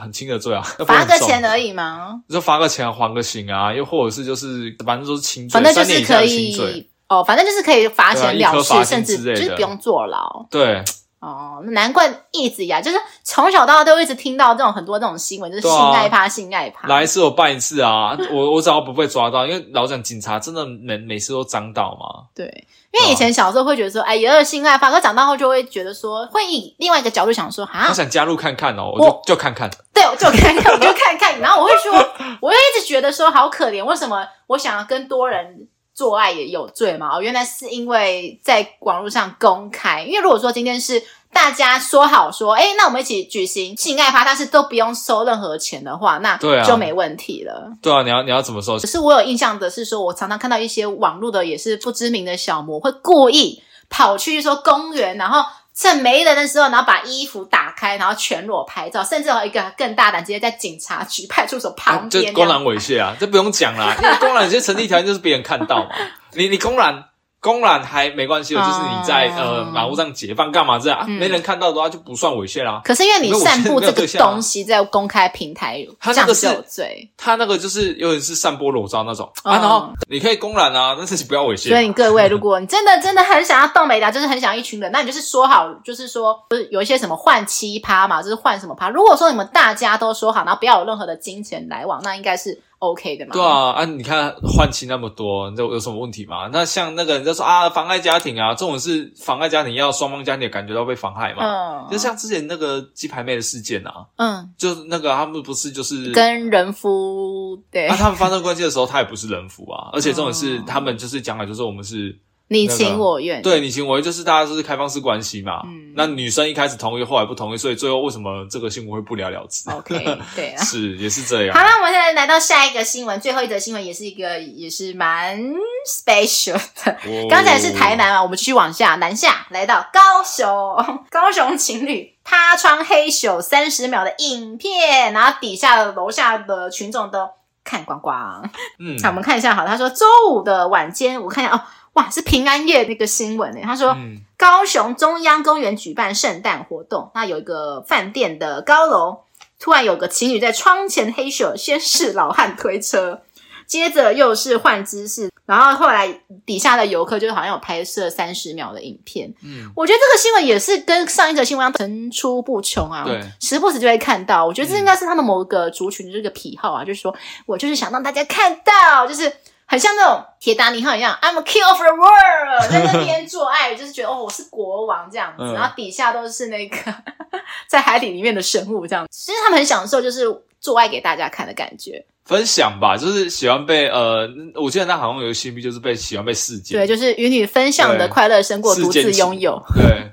很轻的罪啊，那不会罚很个重钱而已吗？就罚个钱还个刑啊，又或者是就是反正都是轻罪，反正就三年是以下可的轻罪，以哦，反正就是可以罚对啊钱一颗了事，罚金甚至之就类是的不用坐牢对，哦。那难怪一直呀，就是从小到大都一直听到这种很多这种新闻，就是对性啊爱趴、性爱趴。来一次我办一次啊，我我只要不被抓到，因为老实讲警察真的每每次都张到嘛，对，因为以啊前小时候会觉得说，哎，也有性爱趴，可长大后就会觉得说，会以另外一个角度想说，啊我，想加入看看哦，我我就就看看，对，我就看看，我就看看。然后我会说，我会一直觉得说好可怜，为什么我想要跟多人做爱也有罪嘛？哦，原来是因为在网络上公开。因为如果说今天是大家说好说，哎，那我们一起举行性爱趴，但是都不用收任何钱的话，那对啊就没问题了。对啊，你要你要怎么说只？是我有印象的是说，我常常看到一些网络的也是不知名的小模会故意跑去说公园，然后趁没人的时候，然后把衣服打开，然后全裸拍照，甚至还有一个更大胆，直接在警察局派出所旁啊就边、公然猥亵啊，这不用讲 [LAUGHS] 啦，因为公然有些成立条件就是别人看到嘛，你你公然。公然还没关系哦，就是你在、哦嗯呃马路上解放干嘛这样、啊没人看到的话就不算猥亵啦。可是因为你散布这没有我现在没个有对象啊东西在公开平台，他这样那个是就有罪。他那个就是有点是散播裸照那种、啊，嗯然后你可以公然啊，但是你不要猥亵。所以你各位，如果你真的真的很想要动美达，就是很想要一群人，那你就是说好，就是说就是有一些什么换七趴嘛，就是换什么趴。如果说你们大家都说好，然后不要有任何的金钱来往，那应该是 OK 的嘛。对啊，啊，你看换妻那么多，这有什么问题吗？那像那个人就说啊，妨碍家庭啊，这种是妨碍家庭，要双方家庭也感觉到被妨害嘛。嗯，就像之前那个鸡排妹的事件啊，嗯，就是那个他们不是就是跟人夫对、啊，他们发生关系的时候，他也不是人夫嗯啊，而且这种是、他们就是讲来就是我们是你情我愿，对你情我愿，就是大家就是开放式关系嘛。嗯那女生一开始同意，后来不同意，所以最后为什么这个新闻会不了了之？ [LAUGHS] ，OK，对啊。是也是这样好。了，我们现在来到下一个新闻，最后一则新闻也是一个也是蛮 special 的。我刚才是台南嘛，我们继续往下，南下来到高雄，高雄情侣趴窗黑咻三十秒的影片，然后底下的楼下的群众都看光光。嗯，那我们看一下，好了，他说周五的晚间，我看一下哦，哇，是平安夜那个新闻呢。他说，嗯高雄中央公园举办圣诞活动，那有一个饭店的高楼，突然有个情侣在窗前黑咻，先是老汉推车，接着又是换姿势，然后后来底下的游客就好像有拍摄三十秒的影片。嗯，我觉得这个新闻也是跟上一则新闻一样层出不穷啊，对，时不时就会看到。我觉得这应该是他们某个族群的这个癖好啊，就是说我就是想让大家看到，就是很像那种铁达尼号一样，I'm a king of the world，在那边做爱，就是觉得哦我是国王这样子，嗯然后底下都是那个 [LAUGHS] 在海底里面的生物这样子，其实他们很享受就是做爱给大家看的感觉，分享吧，就是喜欢被呃，我记得他好像有个新币，就是被喜欢被世界，对，就是与你分享的对快乐胜过独世界自情拥有。， [LAUGHS] 对，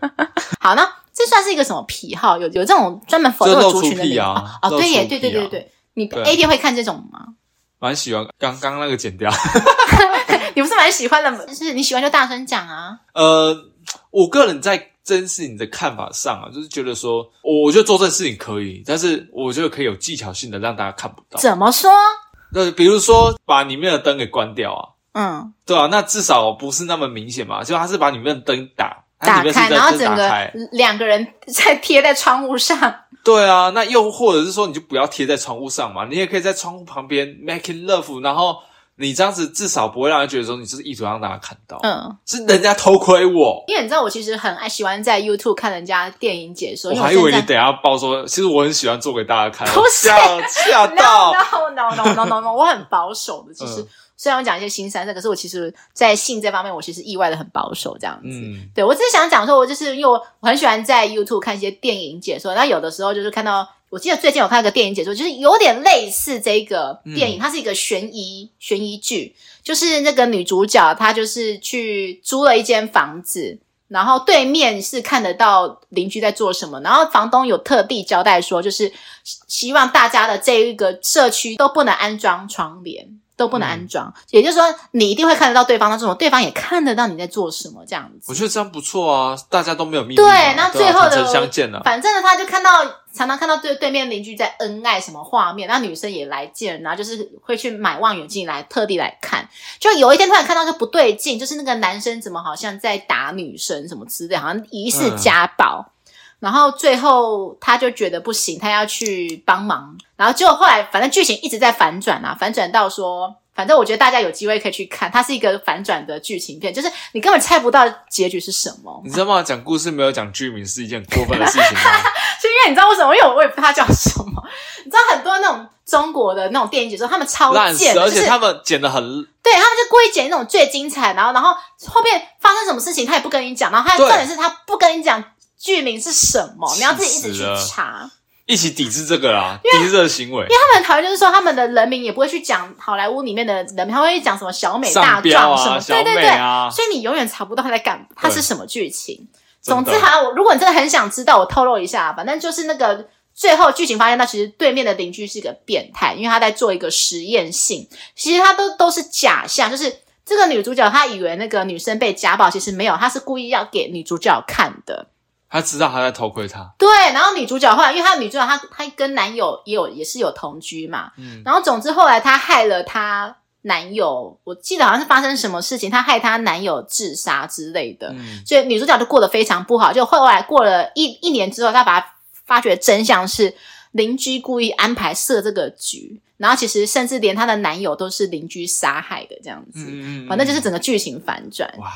好，那这算是一个什么癖好？有有这种专门否这这个露族出群的癖名啊啊？哦，露对耶，出对对癖啊对对，你对 A 片会看这种 [LAUGHS] 吗？蛮喜欢。刚刚那个剪掉， [LAUGHS] 你不是蛮喜欢的吗？就是你喜欢就大声讲啊。呃，我个人在这件事情的看法上啊，就是觉得说，我我觉得做这件事情可以，但是我觉得可以有技巧性的让大家看不到。怎么说？对，比如说把里面的灯给关掉啊，嗯，对啊，那至少不是那么明显嘛，就他是把里面的灯打。它打里面开，啊是然后灯整打个开，两个人在贴在窗户上，对啊，那又或者是说，你就不要贴在窗户上嘛，你也可以在窗户旁边 making love，然后你这样子至少不会让人觉得说你就是意图让大家看到，嗯，是人家偷窥我。因为你知道我其实很爱喜欢在 YouTube 看人家电影解说，我因还以为现你在等一下报说，其实我很喜欢做给大家看， [LAUGHS] 不是吓吓到。 No no no no no no，我很保守的。其实、 [LAUGHS] 嗯虽然我讲一些新三色，可是我其实，在性这方面，我其实意外的很保守，这样子。嗯，对我只是想讲说，我就是因为我我很喜欢在 YouTube 看一些电影解说，那有的时候就是看到，我记得最近有看一个电影解说，就是有点类似这个电影，它是一个悬疑悬疑剧，就是那个女主角她就是去租了一间房子。然后对面是看得到邻居在做什么，然后房东有特地交代说，就是希希望大家的这一个社区都不能安装窗帘，都不能安装，也就是说你一定会看得到对方在做什么，对方也看得到你在做什么，这样子。我觉得这样不错啊，大家都没有秘密嘛。对，那最后啊的坦诚相见了。反正呢，他就看到常常看到对对面邻居在恩爱什么画面，那女生也来见，然后就是会去买望远镜来特地来看。就有一天突然看到就不对劲，就是那个男生怎么好像在打女生什么之类，好像疑似家暴。然后最后他就觉得不行，他要去帮忙。然后结果后来，反正剧情一直在反转啊，反转到说，反正我觉得大家有机会可以去看，它是一个反转的剧情片，就是你根本猜不到结局是什么。你知道吗？讲故事没有讲剧名是一件很过分的事 [LAUGHS] 情吗？就因为你知道为什么？因为我也不知道它叫什么。你知道很多那种中国的那种电影解说，他们超烂贱死，的，而就是且他们剪的很对他们就故意剪那种最精彩，然后然后后面发生什么事情他也不跟你讲，然后他对重点是他不跟你讲剧名是什么，你要自己一直去气死了查。一起抵制这个啦，抵制这个行为，因为他们很讨厌就是说他们的人名也不会去讲好莱坞里面的人名，他会讲什么小美大上标壮什么，啊，小对对美对，啊，所以你永远查不到他在干，他是什么剧情。总真之的，好像我如果你真的很想知道，我透露一下，反正就是那个最后剧情发现，那其实对面的邻居是一个变态，因为他在做一个实验性，其实他都都是假象，就是这个女主角她以为那个女生被家暴，其实没有，她是故意要给女主角看的。他知道他在偷窥他，对，然后女主角后来，因为她女主角她她跟男友也有也是有同居嘛，嗯，然后总之后来她害了她男友，我记得好像是发生什么事情，她害她男友自杀之类的，嗯所以女主角就过得非常不好。就后来过了一一年之后，她把她发觉真相是邻居故意安排设这个局，然后其实甚至连她的男友都是邻居杀害的这样子，嗯嗯，反正就是整个剧情反转。哇，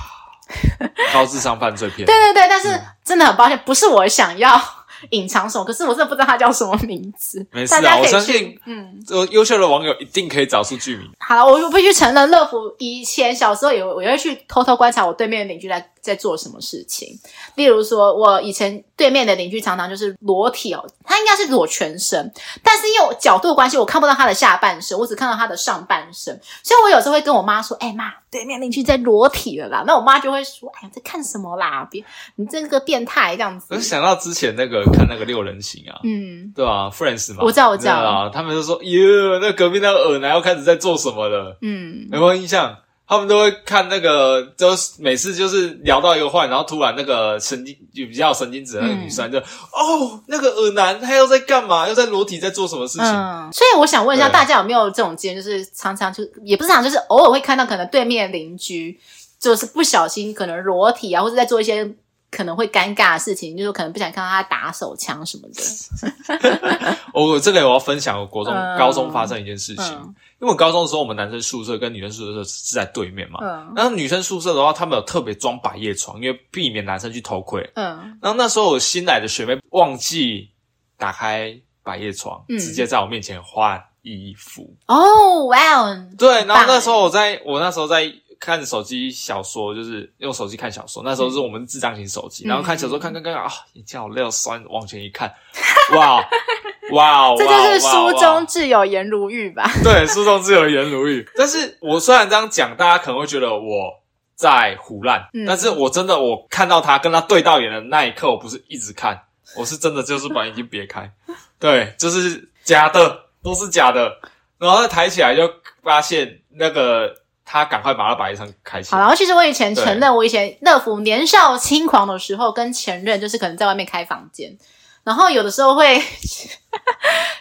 高智商犯罪片，对对对，但是真的很抱歉，不是我想要 [LAUGHS] 隐藏什么，可是我真的不知道它叫什么名字。没事大啊家可以我相去信嗯。呃，优秀的网友一定可以找出剧名，好了，我必须承认，乐福以前小时候也我也会去偷偷观察我对面的邻居在在做什么事情。例如说，我以前对面的邻居常常就是裸体哦，他应该是裸全身，但是因为我角度的关系，我看不到他的下半身，我只看到他的上半身，所以我有时候会跟我妈说：“哎、妈，对面邻居在裸体了啦。”那我妈就会说：“哎呀，在看什么啦？别你这个变态这样我子就。想到之前那个看那个六人行啊”。嗯，对吧、啊、？Friends 嘛，我知道我知道啊，他们就说，哟，那隔壁那个耳男又开始在做什么了？嗯，有没有印象？他们都会看那个，就是每次就是聊到一个话题，然后突然那个神经就比较神经质的那个女生就、哦，那个耳男他又在干嘛？又在裸体在做什么事情？嗯，所以我想问一下，对大家有没有这种经验？就是常常就也不是常，就是偶尔会看到可能对面邻居就是不小心可能裸体啊，或者在做一些可能会尴尬的事情，就是可能不想看到他打手枪什么的。我、我哦这个我要分享，我国中、嗯高中发生一件事情，嗯因为我高中的时候，我们男生宿舍跟女生宿舍是在对面嘛。嗯然后女生宿舍的话，他们有特别装百叶窗，因为避免男生去偷窥。嗯然后那时候我新来的学妹忘记打开百叶窗，嗯直接在我面前换衣服。哦，哇哦，对，然后棒那时候我在我那时候在看手机小说，就是用手机看小说。那时候是我们智障型手机，嗯然后看小说看看看看啊，眼睛好累哦，酸，往前 [LAUGHS] 一看，哇哦哇哦，这哇哦就是哇哦书哇中哦自有颜如玉吧？ [LAUGHS] 对书中自有颜如玉。但是我虽然这样讲，大家可能会觉得我。在胡乱，嗯但是我真的，我看到他跟他对到眼的那一刻，我不是一直看，我是真的就是把眼睛别开，对，就是假的，都是假的。然后他抬起来就发现那个他赶快把他把一张开起好来，啦，然后其实我以前承对认，我以前乐福年少轻狂的时候，跟前任就是可能在外面开房间，然后有的时候会 [LAUGHS]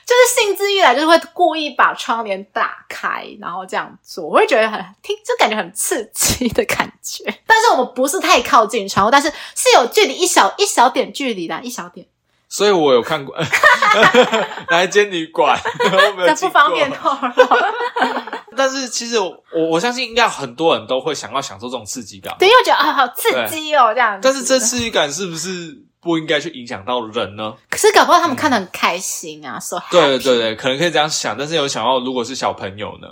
就是兴致一来，就是会故意把窗帘打开，然后这样做，我会觉得很听，就感觉很刺激的感觉。但是我们不是太靠近窗户，但是是有距离一小一小点距离的，一小点，所以我有看过 [LAUGHS] 哪一间旅馆，我没有但进不过方便透露。 [LAUGHS] 但是其实我我相信应该很多人都会想要享受这种刺激感，对，因为我觉得啊，好刺激哦，这样子。但是这刺激感是不是不应该去影响到人呢？ [LAUGHS] 可是搞不好他们看得很开心啊，说、对对对对，可能可以这样想，但是有想要如果是小朋友呢，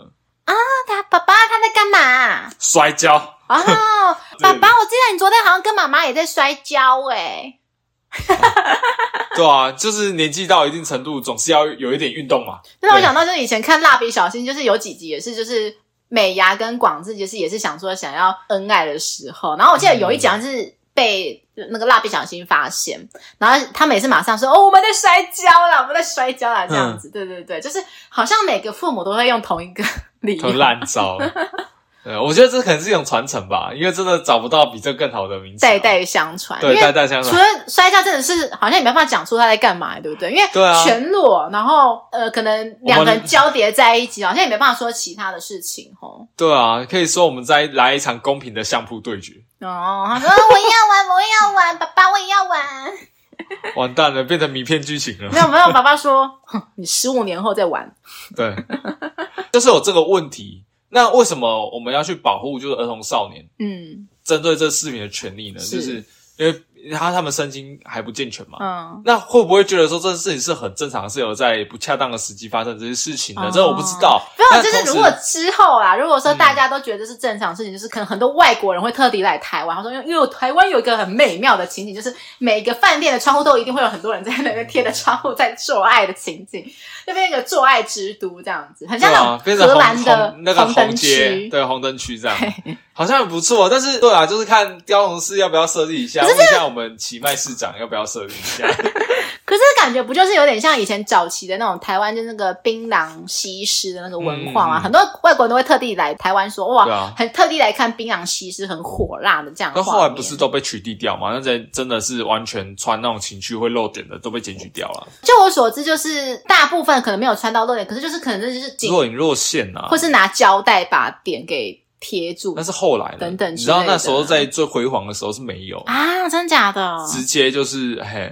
他爸爸他在干嘛啊、摔跤，哦， [LAUGHS] 对爸爸，我记得你昨天好像跟妈妈也在摔跤哎、对啊，就是年纪到一定程度，总是要有一点运动嘛。那让我想到，就是以前看《蜡笔小新》，就是有几集也是，就是美伢跟广志，就是也是想说想要恩爱的时候。然后我记得有一集好像是被那个蜡笔小新发现，然后他们也是马 [LAUGHS] 上说：“哦，我们在摔跤啦，我们在摔跤啦。”这样子，对对对，就是好像每个父母都会用同一个 [LAUGHS] 理由很。烂 [LAUGHS] 招。对，我觉得这可能是一种传承吧，因为真的找不到比这更好的名字。代代相传，因对代为 [LAUGHS] 代相除传，了摔跤，真的是好像也没办法讲出他在干嘛，对不对？因为对啊全裸，然后呃，可能两个人交叠在一起，好像也没办法说其他的事情吼。对啊，可以说我们再来一场公平的相扑对决。哦，他 [LAUGHS] 说我也要玩，我也要玩，爸爸我也要玩。完蛋了，变成迷片剧情了没。有没有，爸爸说哼你十五年后再玩。 [LAUGHS] 对，就是有这个问题。那为什么我们要去保护就是儿童少年嗯针对这市民的权利呢？是就是因为他他们身心还不健全嘛。嗯，那会不会觉得说这件事情是很正常，是有在不恰当的时机发生这些事情呢？哦这我不知道。没有，但就是同时嗯如果之后啦，如果说大家都觉得是正常事情，就是可能很多外国人会特地来台湾，他说因为因为台湾有一个很美妙的情景，就是每个饭店的窗户都一定会有很多人在那边贴着窗户在做爱的情景，那边有一个做爱之都这样子，很像对啊，那变种荷成红兰的红那个灯红街，区。对红灯区 [LAUGHS] 这样，好像很不错。但是对啊，就是看雕龙寺要不要设立一下，问一下我们奇迈市长要不要设立一下。 [LAUGHS] 可是感觉不就是有点像以前早期的那种台湾，就那个槟榔西施的那个文化吗？嗯嗯嗯很多外国人都会特地来台湾说，哇，对啊很特地来看槟榔西施，很火辣的这样的那画后来面不是都被取缔掉吗？那真真的是完全穿那种情趣会露点的都被检举掉了，就我所知，就是大部分可能没有穿到露脸，可是就是可能这就是紧，若隐若现啊或。是拿胶带把点给贴住那是后来的等等你之知道类的嗯那时候在最辉煌的时候是没有，啊，真假的？直接就是嘿，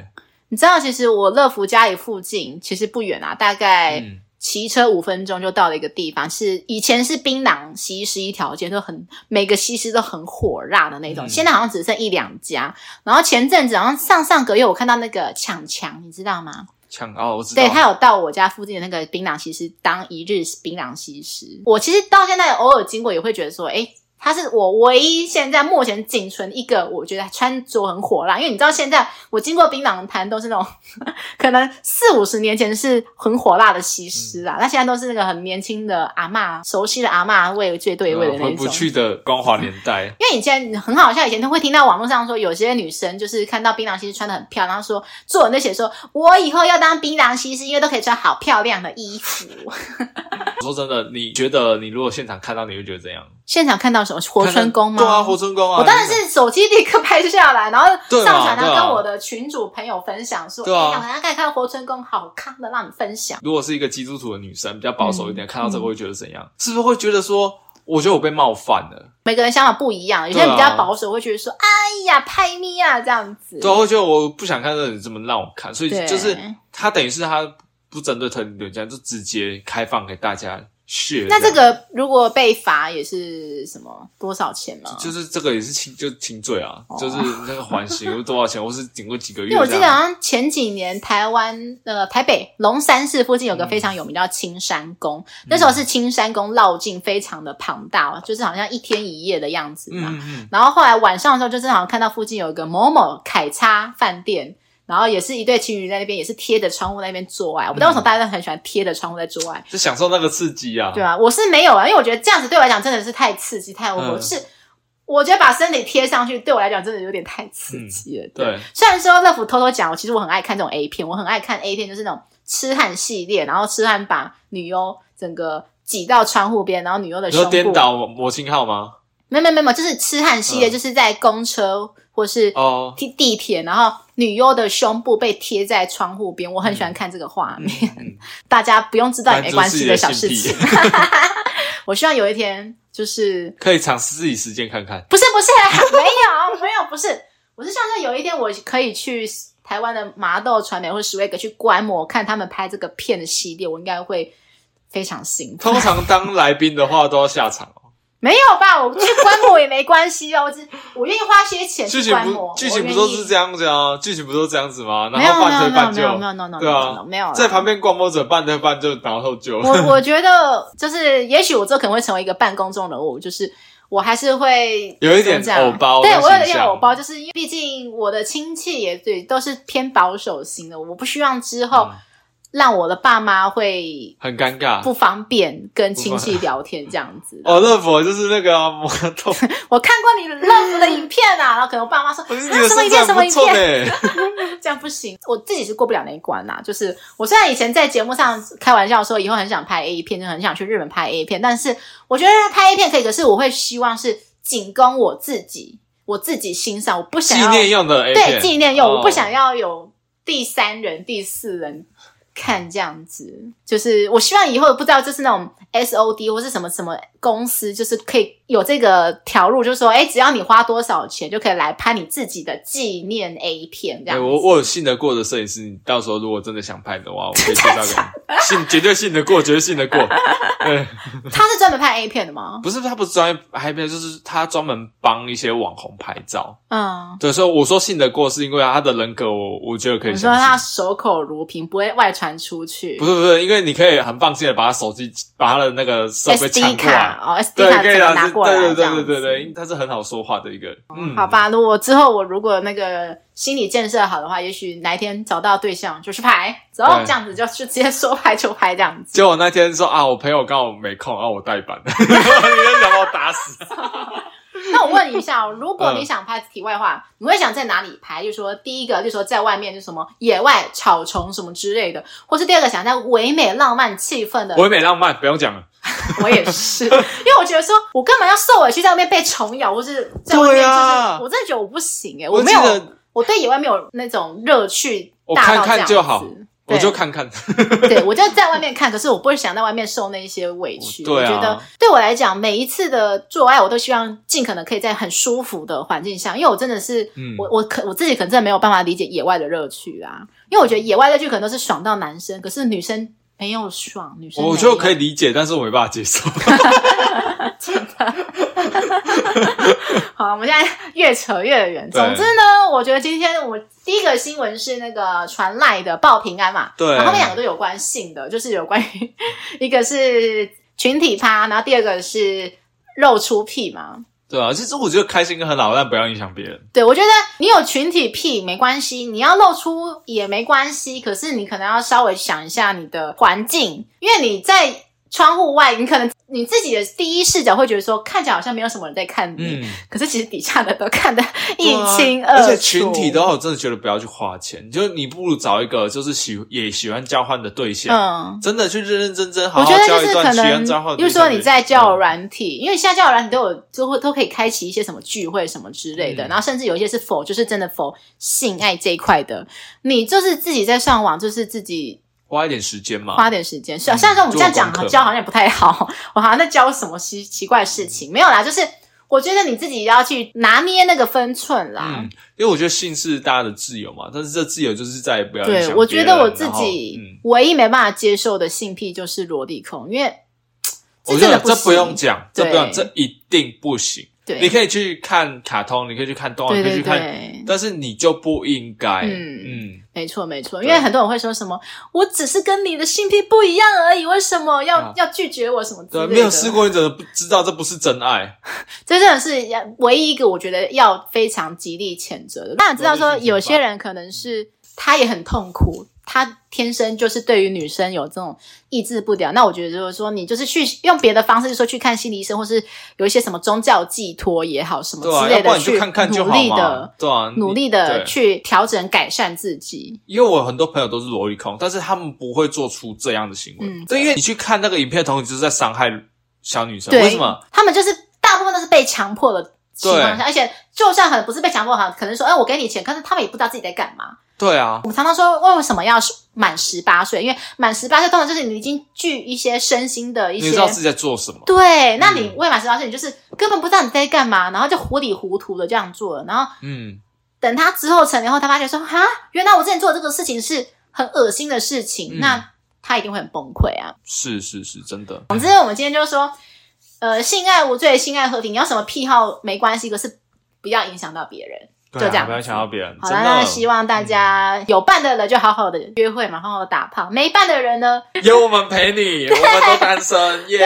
你知道，其实我乐福家里附近其实不远啊，大概嗯骑车五分钟就到了一个地方，是以前是槟榔西施一条街，都很每个西施都很火辣的那种，嗯现在好像只剩一两家。然后前阵子好像上上个月我看到那个抢强，你知道吗？抢哦，我知道，对他有到我家附近的那个槟榔西施当一日槟榔西施。我其实到现在偶尔经过也会觉得说，诶，他是我唯一现在目前仅存一个，我觉得穿着很火辣，因为你知道现在我经过槟榔摊都是那种 [LAUGHS] 可能四五十年前是很火辣的西施嗯啦，那、现在都是那个很年轻的阿嬷，熟悉的阿嬷味最对味的嗯那回一种。不去的光华年代， [LAUGHS] 因为以前很好笑，以前都会听到网络上说，有些女生就是看到槟榔西施穿的很漂亮，然后说作文就写说，我以后要当槟榔西施，因为都可以穿好漂亮的衣服。我说真的，你觉得你如果现场看到，你会觉得怎样？现场看到什么活春宫吗？对啊，活春宫啊！我当然是手机立刻拍下来，然后对啊上传，然后对啊跟我的群主朋友分享说，对啊哎呀，我要看看活春宫，好看的，让你分享。如果是一个基督徒的女生，比较保守一嗯点，看到这个会觉得怎样？是不是会觉得说，我觉得我被冒犯了？每个人想法不一样，有些人比啊较保守，会觉得说，哎呀，拍咪啊这样子。对啊，会觉得我不想看这里这么让我看，所以对就是他等于是他不针对特定对象，就直接开放给大家 share。那这个如果被罚也是什么多少钱吗？就是这个也是轻，就轻罪啊，就是那个缓刑有多少 [LAUGHS] 钱，或是顶过几个月这哦因为我样。记得好像前几年台湾呃台北龙山寺附近有个非常有名叫青山宫，嗯那时候是青山宫绕境非常的庞大，就是好像一天一夜的样子嘛。嗯嗯然后后来晚上的时候，就是好像看到附近有一个某某凯叉饭店，然后也是一对情侣在那边，也是贴着窗户在那边做爱。我不知道为什么大家都很喜欢贴着窗户在做爱，嗯，就享受那个刺激啊。对啊，我是没有啊，因为我觉得这样子对我来讲真的是太刺激、太 over，、就嗯是我觉得把身体贴上去对我来讲真的有点太刺激了。嗯对，虽然说乐福偷偷讲，我其实我很爱看这种 A 片，我很爱看 A 片，就是那种痴汉系列，然后痴汉把女优整个挤到窗户边，然后女优的你说胸颠部，倒魔星号吗？没有没有没有，就是痴汉系列，嗯就是在公车或是哦，地地铁，然后女优的胸部被贴在窗户边，我很嗯喜欢看这个画面。 [LAUGHS] 大家不用知道也没啊关系小事情。我希望有一天就是 [LAUGHS] 可以尝试自己实践看看。不是不 [LAUGHS] 是没有没有不是，我是想说有一天我可以去台湾的麻豆传媒或 Swag 去观摩，看他们拍这个片的系列，我应该会非常兴奋。通常当来宾的话都要下场 [LAUGHS] 哦。没有吧？我去观摩也没关系哦，我只我愿意花些钱剧去情观不摩。剧我情不愿都意是这样子啊？剧情不都这样子吗？然没有后没半推半有没就有，没有没有没有没有对啊没有啦在旁边观摩者半推半就，然后就我我觉得就是，也许我之后可能会成为一个半公众人物，就是我还是会有一点怎么讲偶包的对我有倾点向偶包，就是因为毕竟我的亲戚也对都是偏保守型的，我不希望之后嗯让我的爸妈会 [LAUGHS] 很尴尬不。方便跟亲戚聊天这样子。哦，乐佛就是那个啊魔 [LAUGHS] 头，我看过你乐福的影片啊，然后可能我爸妈说我觉得啊你什么影片的身材什么不影错片，呢。 [LAUGHS] 这样不行，我自己是过不了那一关啦、就是我虽然以前在节目上开玩笑说以后很想拍 A 片，就很想去日本拍 A 片，但是我觉得拍 A 片可以，可是我会希望是仅供我自己，我自己欣赏，我不纪想要念用的 A 对片，纪念用，哦我不想要有第三人、第四人看这样子。就是我希望以后不知道就是那种 S O D 或是什么什么公司，就是可以有这个条路，就是说，哎，只要你花多少钱就可以来拍你自己的纪念 A 片这对样子。哎我我有信得过的摄影师，你到时候如果真的想拍的话，我可以介绍 [LAUGHS] 给你。信绝对信得过，绝对信得过。对，他是专门拍 A 片的吗？不是他不是专业拍片，就是他专门帮一些网红拍照。嗯，对，所以我说信得过，是因为他的人格我，我觉得可以你说他相信。守口如瓶，不会外传出去。不是不是，因为你可以很放心的把他手机、把他的那个设备抢 SD 过来卡，哦，SD 对，卡可整以个啊拿是过来，对对这样对对对子哦对，因为他是很好说话的一个。嗯，好，吧，如果之后我如果那个心理建设好的话，也许哪一天找到对象就去拍，走对这样子就去直接说拍就拍这样子。结果那天说啊，我朋友刚好没空，啊，我代班， [LAUGHS] 你就想把我 [LAUGHS] 打死。那我问你一下、哦，如果你嗯想拍题外话，你会想在哪里拍？就说第一个就说在外面，就什么野外草丛什么之类的，或是第二个想在唯美浪漫气氛的。唯美浪漫，不用讲了。我也 [LAUGHS] 是，因为我觉得说我干嘛要受委屈在外面被虫咬，或是在外面对就是，啊我真的觉得我不行哎、我没记有，得我对野外没有那种热趣我大看到这看样就子好对我就看看。 [LAUGHS] 对，我就在外面看，可是我不会想在外面受那些委屈。对我啊觉得对我来讲，每一次的做爱，我都希望尽可能可以在很舒服的环境下，因为我真的是，嗯我我可我自己可能真的没有办法理解野外的乐趣啊，因为我觉得野外乐趣可能都是爽到男生，可是女生没有爽，女生我就就可以理解，但是我没办法接受。 [LAUGHS] 好，我们现在越扯越远。对总之呢，我觉得今天我第一个新闻是那个传赖的报平安嘛，对然后他们两个都有关性的，就是有关于 [LAUGHS] 一个是群体趴，然后第二个是露出屁嘛。 [LAUGHS] 对啊，其实我觉得开心很好，但不要影响别人。对，我觉得你有群体屁没关系，你要露出也没关系，可是你可能要稍微想一下你的环境，因为你在窗户外，你可能你自己的第一视角会觉得说，看起来好像没有什么人在看你，嗯，可是其实底下的都看得一对啊清二楚，而且群体的话，我真的觉得不要去花钱，就是你不如找一个就是喜也喜欢交换的对象，嗯。真的去认认真真好我好觉得交就一是段可喜欢交换能，的比如对象。嗯说你在交友软体，因为现在交友软体都有都会都可以开启一些什么聚会什么之类的，嗯然后甚至有一些是否就是真的否性爱这一块的，你就是自己在上网，就是自己花一点时间嘛，花点时间。是啊，虽然说我们这样讲嗯做功课教好像也不太好，我好像在教什么奇奇怪的事嗯情，没有啦，就是我觉得你自己要去拿捏那个分寸啦。嗯，因为我觉得性是大家的自由嘛，但是这自由就是再也不要影响别对，人我觉得我然后自己嗯，唯一没办法接受的性癖就是裸体控，因为我觉真得的这不行用讲，这不用，对这一定不行。对，你可以去看卡通，你可以去看动画，对哦你可对以去看，对，但是你就不应该，嗯嗯。没错没错，因对为很多人会说什么，我只是跟你的性癖不一样而已，为什么要、啊要拒绝我什么之类对，啊的？没有试，过你怎么不知道这不是真爱？这真的是要唯一一个我觉得要非常极力谴责的。当然知道说，我也是这么有些人可能是他也很痛苦。他天生就是对于女生有这种抑制不了，那我觉得就是说，你就是去用别的方式，就是说去看心理医生，或是有一些什么宗教寄托也好，什么对之啊，类要不的，然你去就看看就努好力嘛的。、对啊，你努力的对去调整、改善自己。因为我很多朋友都是萝莉控，但是他们不会做出这样的行为。嗯这因为你去看那个影片的同时，就是在伤害小女生。对，为什么？？他们就是大部分都是被强迫的情况下，而且就算可能不是被强迫，好像可能说，哎、我给你钱，可是他们也不知道自己在干嘛。对啊我，们常常说，为什么要满十八岁？因为满十八岁，通常就是你已经具一些身心的一你些知。道自己在做什么？对，那你未满十八岁，你就是根本不知道你在干嘛，然后就糊里糊涂的这样做了，然后嗯，等他之后成年后，他发现说，哈，原来我之前做的这个事情是很恶心的事情，嗯那他一定会很崩溃啊。是是是，真的，总之，我们今天就说，呃，性爱无罪，性爱和平，你要什么癖好没关系，可是不要影响到别人。就对啊这样不要想到别人，好真啦，的哦嗯那希望大家有伴的人就好好的约会嘛，好好地打炮；没伴的人呢，有我们陪你，我们都 [LAUGHS] 单身，耶、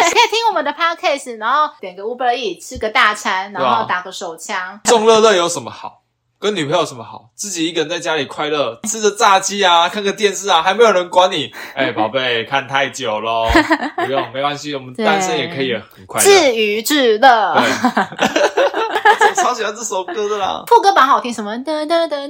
可以听我们的 podcast，然后点个 Uber E，吃个大餐，然对啊后打个手枪。中乐乐有什么好？跟女朋友有什么好？自己一个人在家里快乐，吃着炸鸡啊，看个电视啊，还没有人 [LAUGHS] 管你。哎、宝贝，看太久咯，不用，没关系，我们对单身也可以很快 [LAUGHS] 乐。自娱自乐，。我 [LAUGHS] 超喜欢这首歌的啦 [LAUGHS] 副歌版好听，什么噔噔噔噔噔噔噔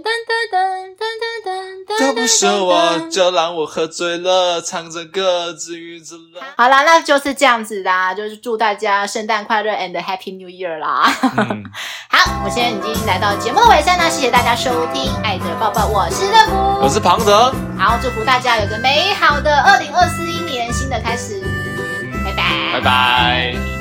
噔噔噔，都不是我，就让我喝醉了，唱着歌自娱自乐。好啦，那就是这样子啦，就是祝大家圣诞快乐 and Happy New Year 啦。 [LAUGHS] 嗯，好，我们现在已经来到节目的尾声啦，谢谢大家收听《爱的抱抱》，我是乐福，我是庞德，好，祝福大家有个美好的二零二四一年新的开始，拜拜，拜拜。